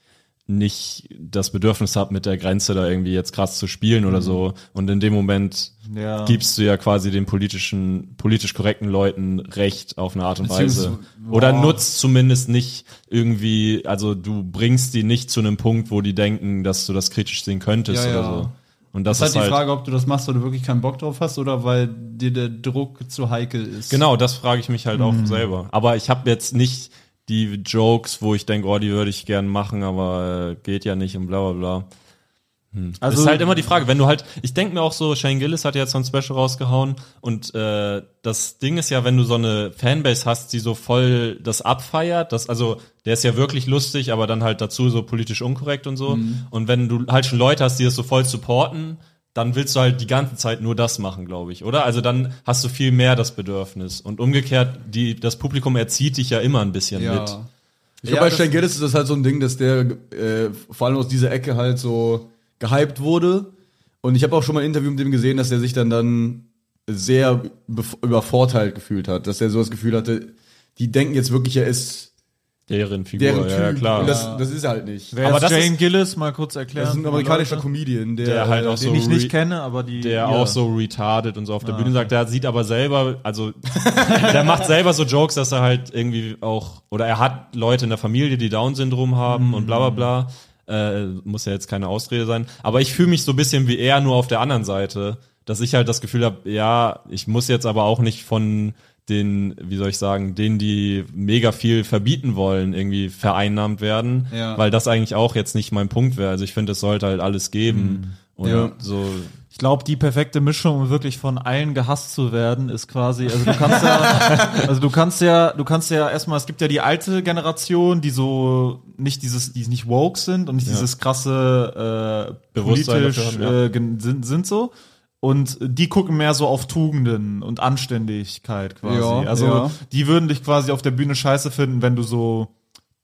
S3: nicht das Bedürfnis habe, mit der Grenze da irgendwie jetzt krass zu spielen oder so. Und in dem Moment
S4: Ja.
S3: gibst du ja quasi den politischen, politisch korrekten Leuten Recht auf eine Art und Weise.
S2: Beziehungsweise-
S3: Oder
S2: Boah.
S3: nutzt zumindest nicht irgendwie, also du bringst die nicht zu einem Punkt, wo die denken, dass du das kritisch sehen könntest
S2: Ja,
S3: oder
S2: ja.
S3: so. Und das,
S2: Das ist
S3: ist
S2: halt die
S3: halt,
S2: Frage, ob du das machst, weil du wirklich keinen Bock drauf hast oder weil dir der Druck zu heikel ist.
S3: Genau, das frage ich mich halt auch selber. Aber ich habe jetzt nicht die Jokes, wo ich denke, oh, die würde ich gern machen, aber äh, geht ja nicht und bla bla bla. Also ist halt immer die Frage, wenn du halt, ich denke mir auch so, Shane Gillis hat ja jetzt so ein Special rausgehauen und äh, das Ding ist ja, wenn du so eine Fanbase hast, die so voll das abfeiert, das also der ist ja wirklich lustig, aber dann halt dazu so politisch unkorrekt und so.
S1: Mhm.
S3: Und wenn du halt schon Leute hast, die das so voll supporten, dann willst du halt die ganze Zeit nur das machen, glaube ich, oder? Also dann hast du viel mehr das Bedürfnis und umgekehrt, die das Publikum erzieht dich ja immer ein bisschen
S2: Ja.
S3: mit.
S1: Ich glaube, bei Shane Gillis ist das halt so ein Ding, dass der äh, vor allem aus dieser Ecke halt so gehypt wurde. Und ich habe auch schon mal ein Interview mit dem gesehen, dass er sich dann dann sehr bef- übervorteilt gefühlt hat. Dass er so das Gefühl hatte, die denken jetzt wirklich, er ist
S3: Deren Figur,
S1: deren
S3: ja,
S1: Typ.
S3: ja klar.
S1: Und das, das ist er halt nicht.
S4: Wer
S3: Aber
S4: ist
S3: das
S4: Jane
S3: ist-
S4: Gillis, mal kurz erklären.
S1: Das ist ein
S4: für
S1: amerikanischer
S4: Leute, ne?
S1: Comedian, der,
S3: Der halt auch
S1: äh,
S3: so
S4: den ich
S3: re-
S4: nicht kenne, aber die
S3: der
S4: ja.
S3: auch so retarded und so auf der
S2: Ah,
S3: Bühne sagt, der sieht aber selber, also der macht selber so Jokes, dass er halt irgendwie auch, oder er hat Leute in der Familie, die Down-Syndrom haben und bla bla bla. Äh, muss ja jetzt keine Ausrede sein. Aber ich fühle mich so ein bisschen wie er, nur auf der anderen Seite, dass ich halt das Gefühl habe, ja, ich muss jetzt aber auch nicht von den, wie soll ich sagen, denen, die mega viel verbieten wollen, irgendwie vereinnahmt werden,
S2: Ja.
S3: weil das eigentlich auch jetzt nicht mein Punkt wäre. Also ich finde, es sollte halt alles geben. Und
S2: Mhm. Ja.
S3: so
S4: Ich glaube, die perfekte Mischung, um wirklich von allen gehasst zu werden, ist quasi, also du kannst ja, also du kannst ja, du kannst ja erstmal, es gibt ja die alte Generation, die so nicht dieses, die nicht woke sind und nicht dieses krasse äh,
S3: Bewusstsein
S4: politisch
S3: dafür haben, ja.
S4: äh, gen- sind, sind so. Und die gucken mehr so auf Tugenden und Anständigkeit quasi.
S2: Ja,
S4: also
S2: ja.
S4: die würden dich quasi auf der Bühne scheiße finden, wenn du so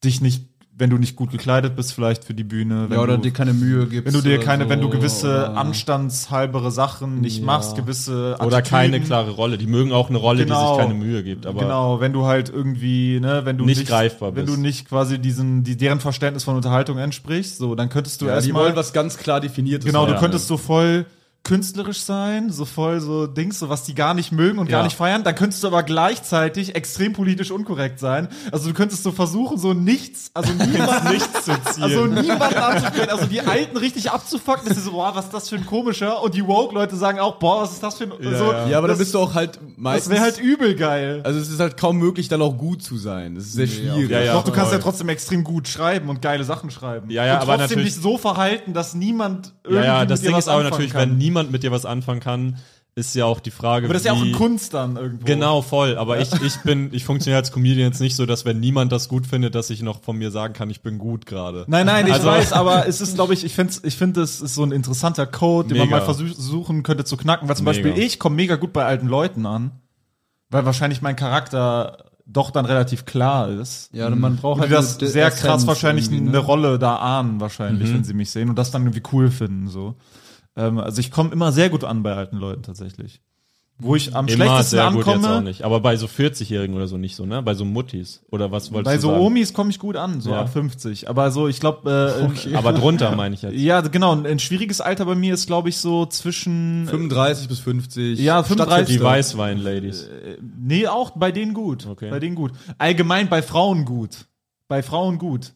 S4: dich nicht, wenn du nicht gut gekleidet bist, vielleicht für die Bühne. Wenn
S2: Ja, oder
S4: du,
S2: dir keine Mühe gibst.
S4: wenn du dir
S2: oder
S4: keine,
S2: so,
S4: wenn du gewisse
S2: oder-
S4: anstandshalbere Sachen nicht machst, gewisse
S3: Oder
S4: Attitüden.
S3: keine klare Rolle. Die mögen auch eine Rolle,
S4: Genau.
S3: die sich keine Mühe gibt. Aber
S4: genau, wenn du halt irgendwie, ne, wenn du
S3: Nicht greifbar
S4: wenn
S3: bist.
S4: du nicht quasi diesen, die, deren Verständnis von Unterhaltung entsprichst, so, dann könntest du
S1: ja, die
S4: erstmal,
S1: wollen was ganz klar definiertes.
S4: genau, du
S3: ja.
S4: könntest so voll künstlerisch sein, so voll so Dings, so was die gar nicht mögen und gar
S3: Ja.
S4: nicht feiern, dann könntest du aber gleichzeitig extrem politisch unkorrekt sein. Also du könntest so versuchen, so nichts, also niemals nichts zu ziehen. Also niemanden anzusprechen, also die Alten richtig abzufucken, das ist so, boah, was ist das für ein komischer und die Woke-Leute sagen auch, boah, was ist das für ein, so,
S1: ja, aber
S4: das,
S1: dann bist du auch halt
S4: das
S1: meistens.
S4: wäre halt übel geil.
S1: also es ist halt kaum möglich, dann auch gut zu sein. Das ist sehr schwierig.
S3: Ja, ja.
S4: Doch, du kannst ja
S3: voll.
S4: trotzdem extrem gut schreiben und geile Sachen schreiben.
S3: Ja, ja,
S4: und
S3: aber
S4: trotzdem
S3: natürlich-
S4: dich so verhalten, dass niemand
S3: Ja,
S4: irgendwie
S3: ja, das
S4: mit dir
S3: Ding
S4: was
S3: ist aber
S4: anfangen
S3: natürlich,
S4: kann.
S3: wenn niemand mit dir was anfangen kann, ist ja auch die Frage,
S4: Aber das ist ja auch
S3: wie-
S4: eine Kunst dann irgendwo.
S3: Genau, voll. Aber ich, ich bin, ich funktioniere als Comedian jetzt nicht so, dass wenn niemand das gut findet, dass ich noch von mir sagen kann, ich bin gut gerade.
S4: Nein, nein, ich
S3: Also-
S4: weiß, aber es ist, glaube ich, ich finde, ich find, es ist so ein interessanter Code, den man mal
S3: Mega.
S4: versuchen könnte zu knacken, weil zum
S3: Mega.
S4: Beispiel ich komme mega gut bei alten Leuten an, weil wahrscheinlich mein Charakter doch dann relativ klar ist.
S2: Ja, man braucht
S4: Und die
S2: halt
S4: das
S2: eine
S4: sehr
S2: Essenz
S4: krass wahrscheinlich
S2: irgendwie, ne?
S4: eine Rolle da ahnen, wahrscheinlich,
S3: Mhm.
S4: wenn sie mich sehen und das dann irgendwie cool finden. so. Ähm, also ich komme immer sehr gut an bei alten Leuten tatsächlich. Wo ich am schlechtesten
S3: jetzt auch
S4: ankomme,
S3: nicht. Aber bei so 40-Jährigen oder so nicht so, ne? Bei so Muttis. Oder was wolltest
S4: bei
S3: du
S4: so
S3: sagen?
S4: Omis komme ich gut an, so
S3: Ja.
S4: ab 50. Aber so, ich glaube, äh, in-
S3: Aber drunter meine ich jetzt.
S4: ja, genau, ein schwieriges Alter bei mir ist, glaube ich, so zwischen.
S1: 35 bis 50.
S4: Ja, 35.
S3: Die Weißwein-Ladies.
S4: äh, Nee, auch bei denen gut.
S3: Okay.
S4: Bei denen gut. Allgemein bei Frauen gut. Bei Frauen gut.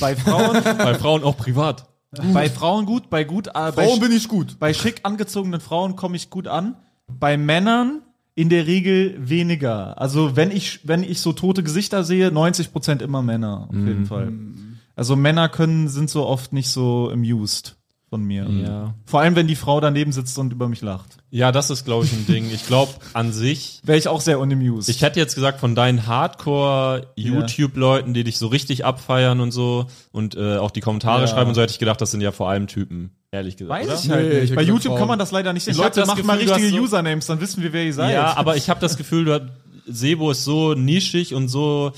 S4: Bei Frauen,
S3: Bei Frauen auch privat.
S4: bei Frauen gut, bei gut, äh, bei,
S1: Warum
S4: sch-
S1: bin ich gut?
S4: bei schick angezogenen Frauen komme ich gut an. Bei Männern in der Regel weniger. Also wenn ich, wenn ich so tote Gesichter sehe, 90 Prozent immer Männer, auf jeden Fall. Also Männer können, sind so oft nicht so amused von mir.
S3: Ja.
S4: Vor allem, wenn die Frau daneben sitzt und über mich lacht.
S3: Ja, das ist, glaube ich, ein Ding. Ich glaube, an sich,
S4: Wäre ich auch sehr unamused.
S3: ich hätte jetzt gesagt, von deinen Hardcore-YouTube-Leuten, die dich so richtig abfeiern und so und äh, auch die Kommentare
S4: Ja.
S3: schreiben und so, hätte ich gedacht, das sind ja vor allem Typen, ehrlich gesagt. oder?
S4: Weiß ich
S1: Nee,
S4: halt
S1: ich
S4: nicht.
S1: hab
S4: Bei
S1: gesagt,
S4: YouTube kann
S1: Frauen.
S4: man das leider nicht sehen.
S3: Ich hab
S4: Leute,
S3: das
S4: macht mal
S3: Gefühl, du
S4: richtige
S3: hast so-
S4: Usernames, dann wissen wir, wer ihr seid.
S3: Ja, aber ich habe das Gefühl, du hat- Sebo ist so nischig und so,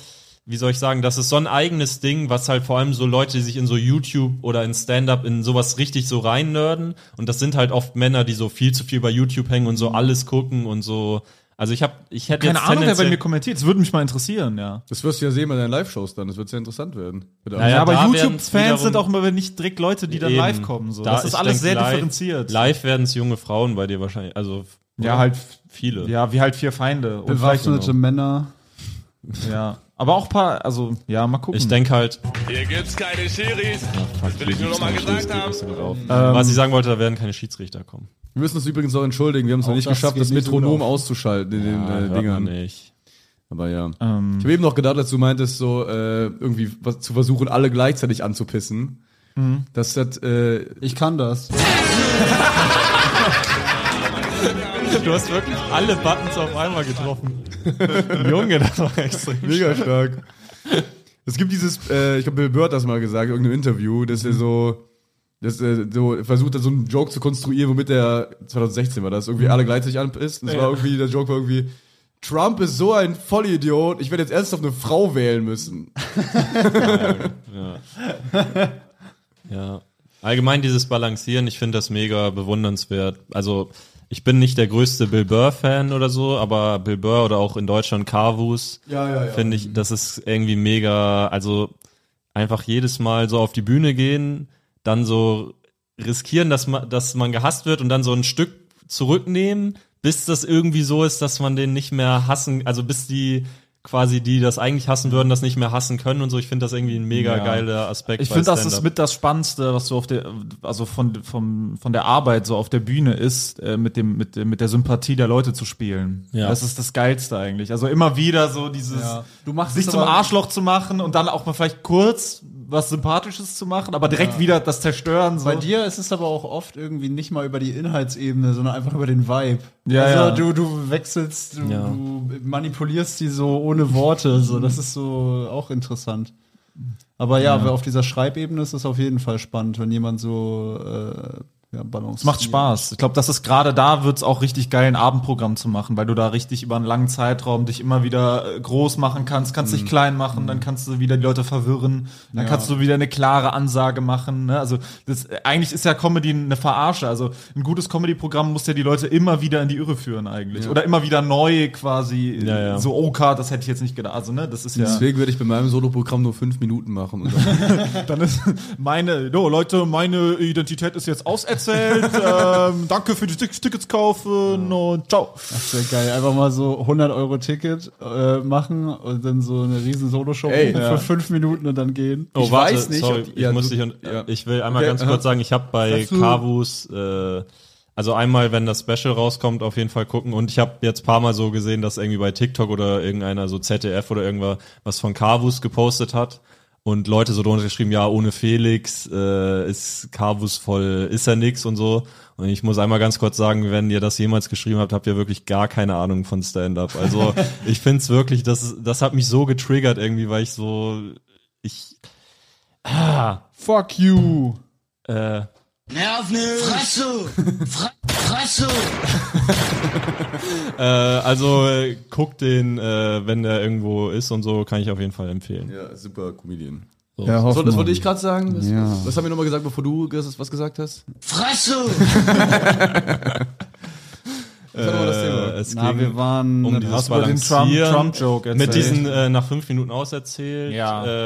S3: wie soll ich sagen, das ist so ein eigenes Ding, was halt vor allem so Leute, die sich in so YouTube oder in Stand-up in sowas richtig so reinnörden. Und das sind halt oft Männer, die so viel zu viel bei YouTube hängen und so alles gucken und so. Also ich habe, ich
S4: Mhm.
S3: hätte
S4: keine
S3: jetzt
S4: Ahnung, wer bei
S3: tendenziell-
S4: mir kommentiert. Das würde mich mal interessieren, ja.
S1: Das wirst du ja sehen bei deinen Live-Shows dann. Das wird sehr interessant werden. Bitte.
S3: Naja,
S4: Ja, aber
S3: da werden's wiederum-
S4: YouTube-Fans sind auch immer nicht direkt Leute, die dann
S3: Eben.
S4: live kommen. So.
S3: Da-
S4: das ist
S3: ich
S4: alles
S3: denk,
S4: sehr
S3: live-
S4: differenziert.
S3: Live werden es junge Frauen bei dir wahrscheinlich, also
S4: Ja, halt
S3: viele.
S4: Ja, wie halt vier Feinde. Und
S2: Bewaffnete Männer.
S4: vielleicht- ja. Aber auch ein paar, also, ja, mal gucken.
S3: Ich denke halt,
S5: Hier gibt's keine Schiris. Das will ich nur noch mal gesagt haben.
S4: Ähm,
S3: was ich sagen wollte, da werden keine Schiedsrichter kommen.
S1: Wir müssen uns übrigens auch entschuldigen. Wir haben es noch
S2: Auch
S1: nicht
S2: das
S1: geschafft,
S2: geht
S1: das
S2: nicht so
S1: Metronom
S2: gut
S1: auszuschalten in
S3: Ah,
S1: den
S3: hört
S1: äh, Dingern.
S3: man nicht.
S1: Aber ja.
S2: Ähm.
S1: ich habe eben noch gedacht, als du meintest, so äh, irgendwie was zu versuchen, alle gleichzeitig anzupissen.
S2: Mhm.
S1: Das hat, äh,
S2: Ich kann das.
S3: Du hast wirklich alle Buttons auf einmal getroffen. Junge, das war extrem.
S1: Mega stark. Es gibt dieses, äh, ich glaube, Bill Burr hat das mal gesagt, in irgendeinem Interview, dass er so, dass er so versucht hat, so einen Joke zu konstruieren, womit er, 2016 war das, irgendwie alle gleichzeitig anpisst. Und es war irgendwie, der Joke war irgendwie, Trump ist so ein Vollidiot, ich werde jetzt ernsthaft eine Frau wählen müssen.
S3: Ja. ja. Allgemein dieses Balancieren, ich finde das mega bewundernswert. Also, ich bin nicht der größte Bill Burr-Fan oder so, aber Bill Burr oder auch in Deutschland Carvus,
S1: Ja, ja, ja.
S3: finde ich, das ist irgendwie mega, also einfach jedes Mal so auf die Bühne gehen, dann so riskieren, dass man, dass man gehasst wird und dann so ein Stück zurücknehmen, bis das irgendwie so ist, dass man den nicht mehr hassen, also bis die quasi die das eigentlich hassen würden, das nicht mehr hassen können und so. Ich finde das irgendwie ein mega
S4: Ja.
S3: geiler Aspekt.
S4: Ich
S3: bei
S4: finde, das ist
S3: Stand-up.
S4: mit das Spannendste, was du auf der, also von, vom, von der Arbeit so auf der Bühne ist, äh, mit dem, mit, dem- mit der Sympathie der Leute zu spielen.
S3: Ja.
S4: Das ist das Geilste eigentlich. Also immer wieder so dieses,
S2: Ja. Du machst
S4: sich
S2: es
S4: zum
S2: aber-
S4: Arschloch zu machen und dann auch mal vielleicht kurz was Sympathisches zu machen, aber direkt wieder das Zerstören. So.
S2: Bei dir ist es aber auch oft irgendwie nicht mal über die Inhaltsebene, sondern einfach über den Vibe.
S4: Ja,
S2: also
S4: ja.
S2: Du, du wechselst, du,
S3: Ja.
S2: du manipulierst die so ohne Worte. So. Das ist so auch interessant. Aber ja, auf dieser Schreibebene ist es auf jeden Fall spannend, wenn jemand so äh, ja, balanciert.
S4: Es macht Spaß. Ich glaube, das ist gerade da, wird's auch richtig geil, ein Abendprogramm zu machen, weil du da richtig über einen langen Zeitraum dich immer wieder äh, groß machen kannst, kannst dich klein machen, dann kannst du wieder die Leute verwirren, dann
S2: Ja.
S4: kannst du wieder eine klare Ansage machen. Ne? Also das, eigentlich ist ja Comedy eine Verarsche. Also ein gutes Comedy-Programm muss ja die Leute immer wieder in die Irre führen eigentlich. Oder immer wieder neu quasi.
S3: Ja, ja.
S4: So, oh Gott, das hätte ich jetzt nicht gedacht. Also, ne, das ist ja.
S1: Deswegen werde ich bei meinem Soloprogramm nur fünf Minuten machen. Und dann
S4: Dann ist meine, jo, Leute, meine Identität ist jetzt auserzählt. ähm, danke für die Tick- Tickets kaufen und ciao.
S2: Das wäre geil. Einfach mal so 100 Euro Ticket äh, machen und dann so eine riesen Solo-Show
S1: Ey,
S2: machen
S1: ja.
S2: für fünf Minuten und dann gehen.
S3: Oh,
S1: Ich
S3: warte,
S1: weiß nicht,
S3: sorry,
S1: ob-
S3: ich
S1: ja,
S3: muss
S1: du-
S3: dich, und-
S1: ja.
S3: ich will einmal
S1: Okay,
S3: ganz
S1: aha.
S3: kurz sagen, ich habe bei
S1: Sagst du-
S3: Kavus, äh, also einmal, wenn das Special rauskommt, auf jeden Fall gucken und ich habe jetzt paar Mal so gesehen, dass irgendwie bei TikTok oder irgendeiner so ZDF oder irgendwas was von Kavus gepostet hat und Leute so drunter geschrieben, ja, ohne Felix äh, ist Kavus voll, ist er nix und so und ich muss einmal ganz kurz sagen, wenn ihr das jemals geschrieben habt, habt ihr wirklich gar keine Ahnung von Stand-Up. Also ich find's wirklich, das, das hat mich so getriggert irgendwie, weil ich so, ich,
S2: Fuck you!
S3: äh,
S7: Nerv nicht. Fresse. Fre Fresse.
S3: äh, also äh, guckt den, äh, wenn der irgendwo ist und so, kann ich auf jeden Fall empfehlen.
S1: ja, super Comedian.
S2: Ja,
S1: So, das wollte ich gerade sagen. Was,
S2: Ja.
S1: was haben wir nochmal gesagt, bevor du ges- was gesagt hast?
S7: Fresse.
S1: Das war nochmal das Thema.
S3: Äh, es
S2: Na,
S3: ging
S2: wir waren
S3: um dieses
S4: über den Trump-
S3: Balancieren
S4: Trump-Joke
S3: mit
S4: erzählt.
S3: diesen äh, nach fünf Minuten auserzählt. äh,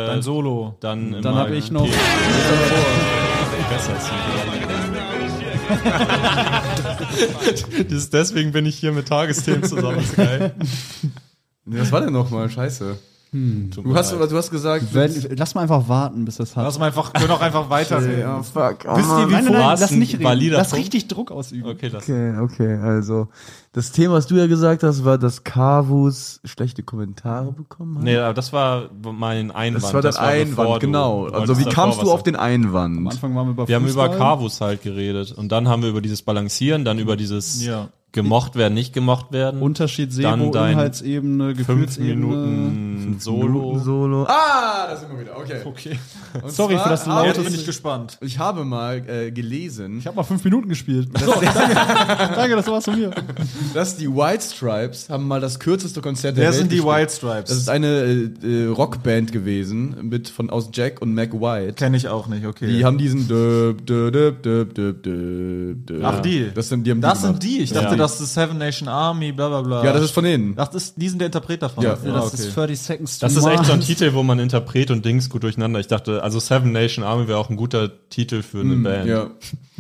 S4: dein Solo.
S3: Dann,
S2: Dann
S3: immer-
S2: habe ich noch.
S3: Dieses, deswegen bin ich hier mit Tagesthemen zusammen. Das ist geil.
S1: Nee, Was war denn nochmal? Scheiße.
S3: Tut mir
S1: Hm. Du hast,
S3: leid.
S1: aber du hast gesagt,
S2: Wenn, lass mal einfach warten, bis das hat.
S4: Lass mal einfach, können auch einfach weiterreden.
S1: ja, fuck. Oh,
S4: Wisst ihr, wie
S2: nein, nein,
S4: vor-
S2: nein,
S3: War's
S2: lass
S3: ein
S2: nicht reden.
S3: valider
S2: Lass
S3: Punkt?
S2: richtig Druck ausüben.
S3: Okay, das.
S1: Okay, okay, also das Thema, was du ja gesagt hast, war, dass Kavus schlechte Kommentare bekommen hat.
S3: Nee, aber das war mein Einwand.
S1: Hm. das war dein
S3: bevor
S1: Einwand,
S3: du-
S1: genau.
S3: du
S1: Also wie
S3: wolltest
S1: kamst
S3: davor
S1: du
S3: was
S1: auf den
S2: Am
S1: Einwand?
S2: Anfang waren wir über
S3: Wir haben über
S2: Fußball.
S3: Kavus halt geredet und dann haben wir über dieses Balancieren, dann über dieses
S2: Ja.
S3: gemocht werden, nicht gemocht werden.
S2: Unterschied Sebo,
S3: Dann dein
S2: Inhaltsebene,
S3: fünf
S2: Gefühlsebene.
S3: Minuten Solo.
S1: Solo. Ah, da sind wir wieder. Okay.
S3: Okay.
S1: Und
S2: Sorry
S1: zwar
S2: für das
S1: habe
S2: laute-
S4: Jetzt bin ich gespannt.
S1: Ich habe mal äh, gelesen,
S2: Ich habe mal fünf Minuten gespielt. So, danke, danke, das war's von mir.
S1: dass die White Stripes haben mal das kürzeste Konzert der
S4: Wer
S1: Welt
S4: sind die
S1: gespielt.
S4: Wild Stripes?
S1: Das ist eine äh, äh, Rockband gewesen mit von aus Jack und Mac White.
S4: kenne ich auch nicht, okay.
S1: Die haben diesen döp, döp, döp, döp, döp, döp, döp.
S4: Ach, die.
S1: Das sind die haben
S4: das
S1: gemacht.
S4: sind die. Ich dachte,
S3: Ja.
S4: das ist Seven Nation Army, bla bla bla.
S1: Ja, das ist von denen.
S4: Ach, das ist, die sind der Interpret davon.
S1: Ja.
S4: Ah, okay.
S2: 30 Seconds
S3: Das ist echt so ein Titel, wo man Interpret und Dings gut durcheinander. Ich dachte, also Seven Nation Army wäre auch ein guter Titel für eine Band.
S1: Ja.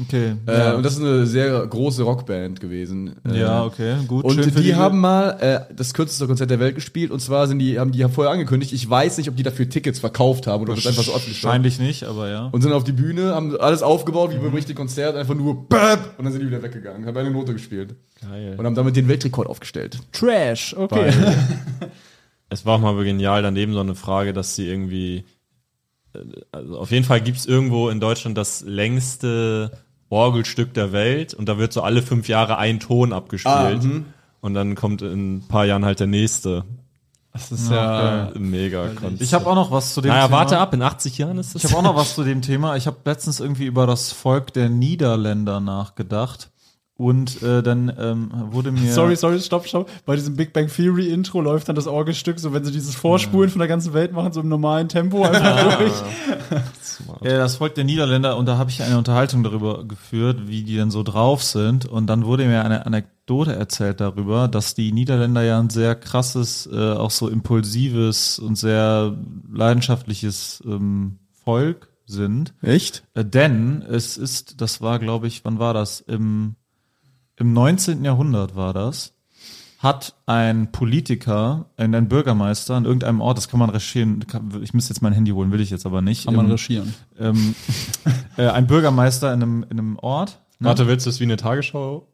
S4: okay.
S1: Äh, Und das ist eine sehr große Rockband gewesen. Äh,
S4: ja, okay, gut.
S1: Und
S4: schön für ne?
S1: die, haben mal äh, das kürzeste Konzert der Welt gespielt. Und zwar sind die, haben die ja vorher angekündigt. Ich weiß nicht, ob die dafür Tickets verkauft haben oder ob das einfach so öffentlich war.
S4: Wahrscheinlich nicht, aber ja. Mhm.
S1: Und sind auf die Bühne, haben alles aufgebaut wie beim richtigen Konzert, einfach nur BAP! Und dann sind die wieder weggegangen, haben eine Note gespielt.
S3: Geil.
S1: Und haben damit den Weltrekord aufgestellt.
S2: Trash, okay.
S3: Weil es war auch mal genial daneben so eine Frage, dass sie irgendwie. äh, Also auf jeden Fall gibt es irgendwo in Deutschland das längste Orgelstück der Welt und da wird so alle fünf Jahre ein Ton abgespielt. und dann kommt in ein paar Jahren halt der nächste.
S2: Das ist ja.
S3: Mega Konzept.
S4: Ich habe auch noch was zu dem
S3: Naja,
S4: Thema.
S3: warte ab, in 80 Jahren ist das.
S4: Ich habe auch noch was zu dem Thema. Ich habe letztens irgendwie über das Volk der Niederländer nachgedacht. Und äh, dann ähm, wurde mir.
S2: Sorry, sorry, stopp, stopp. Bei diesem Big Bang Theory Intro läuft dann das Orgelstück, so wenn sie dieses Vorspulen von der ganzen Welt machen, so im normalen Tempo einfach durch.
S4: Ja, das Volk der Niederländer und da habe ich eine Unterhaltung darüber geführt, wie die denn so drauf sind. Und dann wurde mir eine Anekdote erzählt darüber, dass die Niederländer ja ein sehr krasses, äh, auch so impulsives und sehr leidenschaftliches ähm, Volk sind.
S1: Echt?
S4: Äh, denn es ist, das war, glaube ich, wann war das? Im, Im 19. Jahrhundert war das. Hat ein Politiker, ein, ein Bürgermeister in irgendeinem Ort, das kann man recherchieren, kann, ich müsste jetzt mein Handy holen, will ich jetzt aber nicht. Im-
S2: regieren.
S4: ähm, äh, ein Bürgermeister in einem, in einem Ort. Ne?
S3: Warte, willst du es wie eine Tagesschau?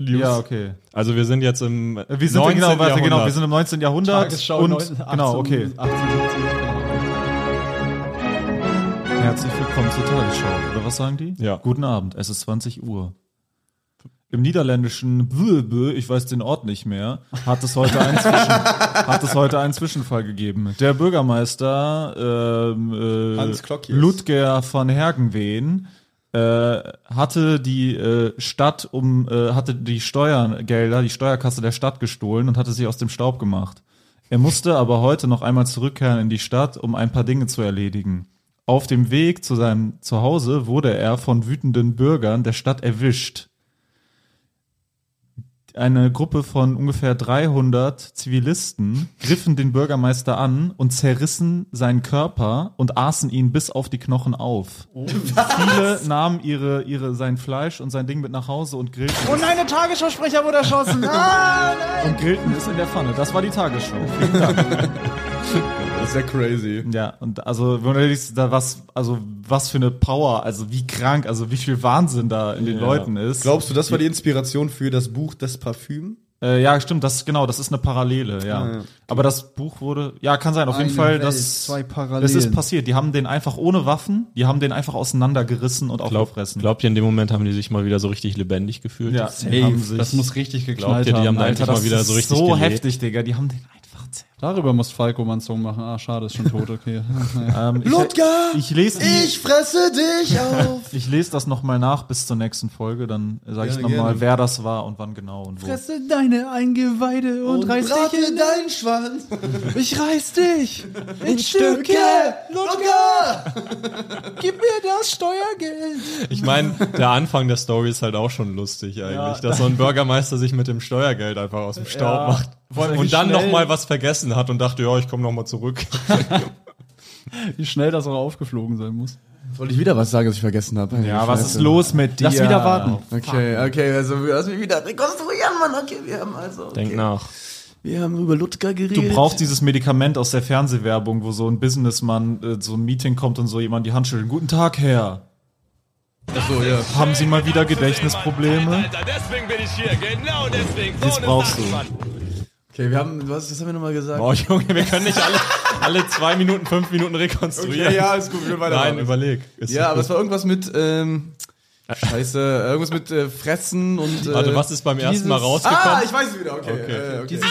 S4: Ja, okay.
S3: Also wir sind jetzt im
S4: Äh, Wir sind, genau, warte, genau, wir sind im 19. Jahrhundert.
S2: Tagesschau
S4: und,
S2: 19, 18,
S4: genau, okay.
S2: 18,
S4: Herzlich willkommen zur Tagesschau. Oder was sagen die?
S3: Ja.
S4: Guten Abend, es ist 20 Uhr. Im niederländischen Bülbü, ich weiß den Ort nicht mehr, hat es heute einen, Zwischen, hat es heute einen Zwischenfall gegeben. Der Bürgermeister ähm, äh,
S1: Hans Klokjes.
S4: Ludger von Hergenwehen äh, hatte die äh, Stadt um äh, hatte die Steuergelder, die Steuerkasse der Stadt gestohlen und hatte sie aus dem Staub gemacht. Er musste aber heute noch einmal zurückkehren in die Stadt, um ein paar Dinge zu erledigen. Auf dem Weg zu seinem Zuhause wurde er von wütenden Bürgern der Stadt erwischt. Eine Gruppe von ungefähr 300 Zivilisten griffen den Bürgermeister an und zerrissen seinen Körper und aßen ihn bis auf die Knochen auf. Viele nahmen ihre, ihre, sein Fleisch und sein Ding mit nach Hause und grillten,
S2: Und eine Tagesschau-Sprecher wurde erschossen. Ah, nein.
S4: und grillten es in der Pfanne. Das war die Tagesschau.
S1: Das ist sehr crazy.
S4: Ja, und also, wenn du siehst, da was, also, was für eine Power, also, wie krank, also, wie viel Wahnsinn da in den Leuten ist.
S1: Glaubst du, das war die Inspiration für das Buch Das Parfüm?
S4: Äh, ja, stimmt, das, genau, das ist eine Parallele, ja. Aber das Buch wurde, ja, kann sein, auf jeden
S2: Eine
S4: Fall,
S2: Welt,
S4: das,
S2: zwei Parallelen.
S4: das ist passiert. Die haben den einfach ohne Waffen, die haben den einfach auseinandergerissen und
S3: Glaub,
S4: aufgefressen.
S3: glaubt ihr, in dem Moment haben die sich mal wieder so richtig lebendig gefühlt?
S4: ja, die haben sich,
S2: Das muss richtig
S3: Glaubt
S2: geknallt
S3: ihr, die
S2: haben.
S3: haben da
S4: Alter,
S3: endlich
S4: das
S3: mal wieder
S4: ist
S3: so richtig
S4: so
S3: gelebt?
S4: heftig, Digga, die haben den einfach zerrissen.
S2: Darüber muss Falco mal einen Song machen. Ah, schade, ist schon tot, okay.
S4: Ähm,
S1: Ludger,
S4: Ich, ich lese die-
S1: fresse dich auf!
S4: Ich lese das nochmal nach bis zur nächsten Folge, dann sage
S1: Ja,
S4: ich nochmal,
S1: gerne.
S4: wer das war und wann genau und wo.
S2: Fresse deine Eingeweide und, reiß dich in,
S1: deinen Schwanz!
S2: Ich reiß dich in Stücke.
S1: Ludger!
S2: Gib mir das Steuergeld.
S3: Ich meine, der Anfang der Story ist halt auch schon lustig eigentlich, dass so ein Bürgermeister sich mit dem Steuergeld einfach aus dem Staub macht. Und dann
S2: schnell-
S3: nochmal was vergessen hat und dachte, ja, ich komme nochmal zurück.
S2: Wie schnell das auch aufgeflogen sein muss. genau.
S1: Wollte ich wieder was sagen, was ich vergessen habe?
S4: Ja, was ist los mit dir?
S2: Lass wieder warten.
S1: Okay, okay, also lass mich wieder rekonstruieren, Mann. Okay, wir haben also.
S3: Denk nach.
S1: Wir haben über Ludger geredet.
S4: Du brauchst dieses Medikament aus der Fernsehwerbung, wo so ein Businessmann äh, so ein Meeting kommt und so jemand die Hand schüttelt. Guten Tag, Herr.
S1: Achso, ja.
S4: Haben Sie mal wieder Gedächtnisprobleme?
S5: Alter, deswegen bin ich hier. Genau deswegen. So
S4: Jetzt
S5: eine
S4: brauchst
S5: Sache,
S4: du.
S5: Mann.
S1: Okay, wir haben, was, was haben wir nochmal gesagt?
S3: Oh Junge, wir können nicht alle, alle zwei Minuten, fünf Minuten rekonstruieren.
S1: Okay, ja, ist gut, wir können weitermachen.
S3: Nein, überleg. Ist
S4: äh,
S1: ja, aber
S3: gut.
S1: es war irgendwas mit, ähm, Scheiße, irgendwas mit äh, Fressen und. Äh,
S3: Warte, was ist beim ersten Mal
S2: dieses-
S3: rausgekommen?
S1: Ah, ich weiß es wieder, okay.
S3: Okay.
S1: Äh, okay.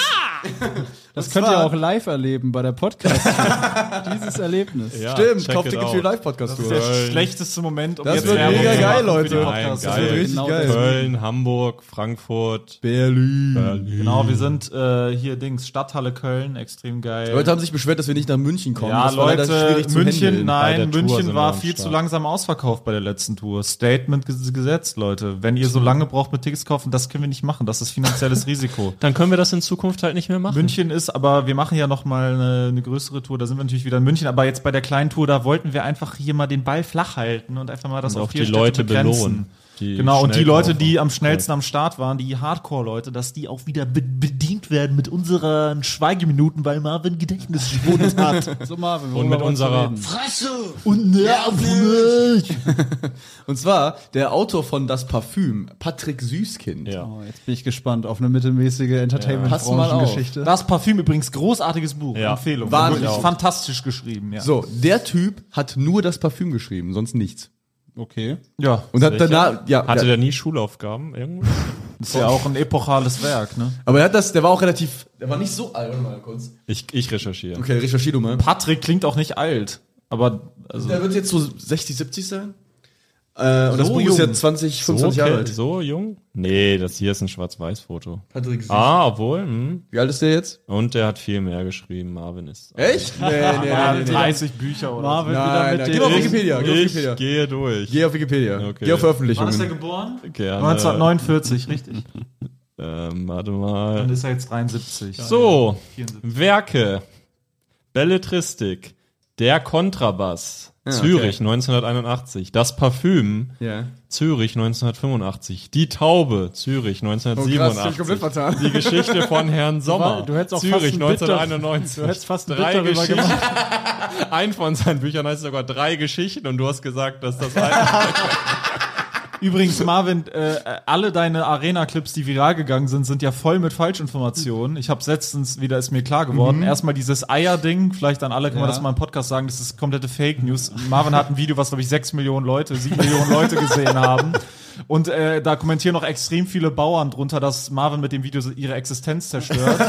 S2: Das könnt ihr
S1: zwar-
S2: auch live erleben bei der Podcast. Dieses Erlebnis.
S3: Ja,
S1: Stimmt,
S3: check
S1: kauft
S3: it
S1: Tickets
S3: out.
S1: für die Live-Podcast-Tour.
S4: Der
S3: Köln.
S4: schlechteste Moment, um
S1: Das
S4: jetzt
S1: wird
S4: Werbung
S1: mega
S4: zu
S1: geil,
S4: machen für
S1: Leute.
S4: die
S3: Nein,
S4: Podcasts. Das
S3: geil.
S4: wird richtig-
S2: Genau
S1: geil.
S3: Köln, Hamburg, Frankfurt,
S1: Berlin.
S3: Berlin.
S4: Genau, wir sind äh, hier Dings, Stadthalle Köln, extrem geil.
S1: Leute haben sich beschwert, dass wir nicht nach München kommen.
S4: ja,
S1: das war leider
S4: Leute,
S1: schwierig zu
S4: München,
S1: handeln.
S3: Bei
S4: nein,
S3: der Tour
S4: München
S3: sind
S4: war
S3: wir am
S4: viel
S3: Start.
S4: zu langsam ausverkauft bei der letzten Tour. Statement ges- gesetzt, Leute. Wenn ihr so lange braucht mit Tickets kaufen, das können wir nicht machen. Das ist finanzielles Risiko.
S3: Dann können wir das in Zukunft halt nicht mehr machen.
S4: München ist, aber wir machen ja noch mal eine, eine größere Tour. Da sind wir natürlich wieder in München, aber jetzt bei der kleinen Tour, da wollten wir einfach hier mal den Ball flach halten und einfach mal das
S3: Und
S4: auf
S3: auch
S4: vier
S3: die
S4: Städte
S3: Leute
S4: begrenzen.
S3: belohnen, die
S4: genau und die
S3: schnell
S4: Leute,
S3: kaufen.
S4: die am schnellsten am Start waren, die Hardcore-Leute, dass die auch wieder be bedient werden mit unseren Schweigeminuten, weil Marvin Gedächtnisschwund hat.
S2: So Marvin,
S3: Und mit unserer
S7: Fresse!
S4: Und nervig.
S1: Und zwar der Autor von Das Parfüm, Patrick Süßkind.
S3: Ja.
S2: Oh, jetzt bin ich gespannt auf eine mittelmäßige
S1: Pass mal auf.
S2: Entertainment-Branchengeschichte.
S4: Das Parfüm übrigens großartiges Buch,
S3: Ja.
S4: Empfehlung.
S1: Wahnsinn.
S4: Wirklich fantastisch geschrieben, ja.
S1: So, der Typ hat nur das Parfüm geschrieben, sonst nichts.
S2: Okay.
S4: Ja,
S1: Und hat
S3: Welcher?
S1: danach, ja,
S3: Hatte
S1: ja
S3: der nie Schulaufgaben irgendwo?
S4: ist ja auch ein epochales Werk, ne?
S1: aber er hat das, der war auch relativ, der war nicht so alt, warte mal kurz.
S3: Ich, ich recherchiere.
S1: Okay, recherchier du mal.
S4: Patrick klingt auch nicht alt, aber also
S1: Der wird jetzt so 60, 70 sein. Äh, und das Buch
S4: jung.
S1: ist ja 20, 25
S3: so,
S1: Jahre
S3: okay,
S1: alt.
S3: so jung? Nee, das hier ist ein Schwarz-Weiß-Foto.
S1: Patrick Süß.
S3: Ah, obwohl. Hm.
S1: Wie alt ist der jetzt?
S3: Und der hat viel mehr geschrieben. Marvin ist.
S1: Echt? Nee, nee, nee. nee, nee.
S4: 30 Bücher oder
S2: Marvin
S1: Nein,
S2: wieder
S1: nein,
S2: mit
S1: geh
S2: dem.
S1: auf Wikipedia, geh auf
S3: ich
S1: Wikipedia.
S3: gehe durch.
S1: Geh auf Wikipedia.
S3: Okay.
S4: Wann ist
S1: Geh auf
S4: er
S1: Veröffentlichungen.
S4: geboren?
S3: Gerne.
S4: 1949, richtig.
S3: Ähm, warte
S4: Dann
S3: mal.
S4: ist er jetzt 73.
S3: So,
S4: 74.
S3: Werke. Belletristik. Der Kontrabass. Zürich 1981. Das Parfüm.
S1: Ja.
S3: Zürich 1985. Die Taube. Zürich
S1: Oh, krass, ich hab mich
S3: 1987.
S1: komplett vertan.
S3: die Geschichte von Herrn Sommer.
S2: Du hättest auch fast
S3: Zürich
S2: ein Bit
S3: 1991.
S2: Du hättest fast ein Bit
S3: drei
S2: darüber
S3: Geschichten.
S2: gemacht.
S3: Ein von seinen Büchern heißt sogar drei Geschichten und du hast gesagt, dass das ein
S4: Übrigens, Marvin, äh, alle deine Arena-Clips, die viral gegangen sind, sind ja voll mit Falschinformationen. Ich habe letztens wieder ist mir klar geworden. Erstmal dieses Eier-Ding, vielleicht an alle kann man das mal im Podcast sagen, das ist komplette Fake News. Marvin hat ein Video, was glaube ich sechs Millionen Leute, sieben Millionen Leute gesehen haben. Und äh, da kommentieren noch extrem viele Bauern drunter, dass Marvin mit dem Video so ihre Existenz zerstört,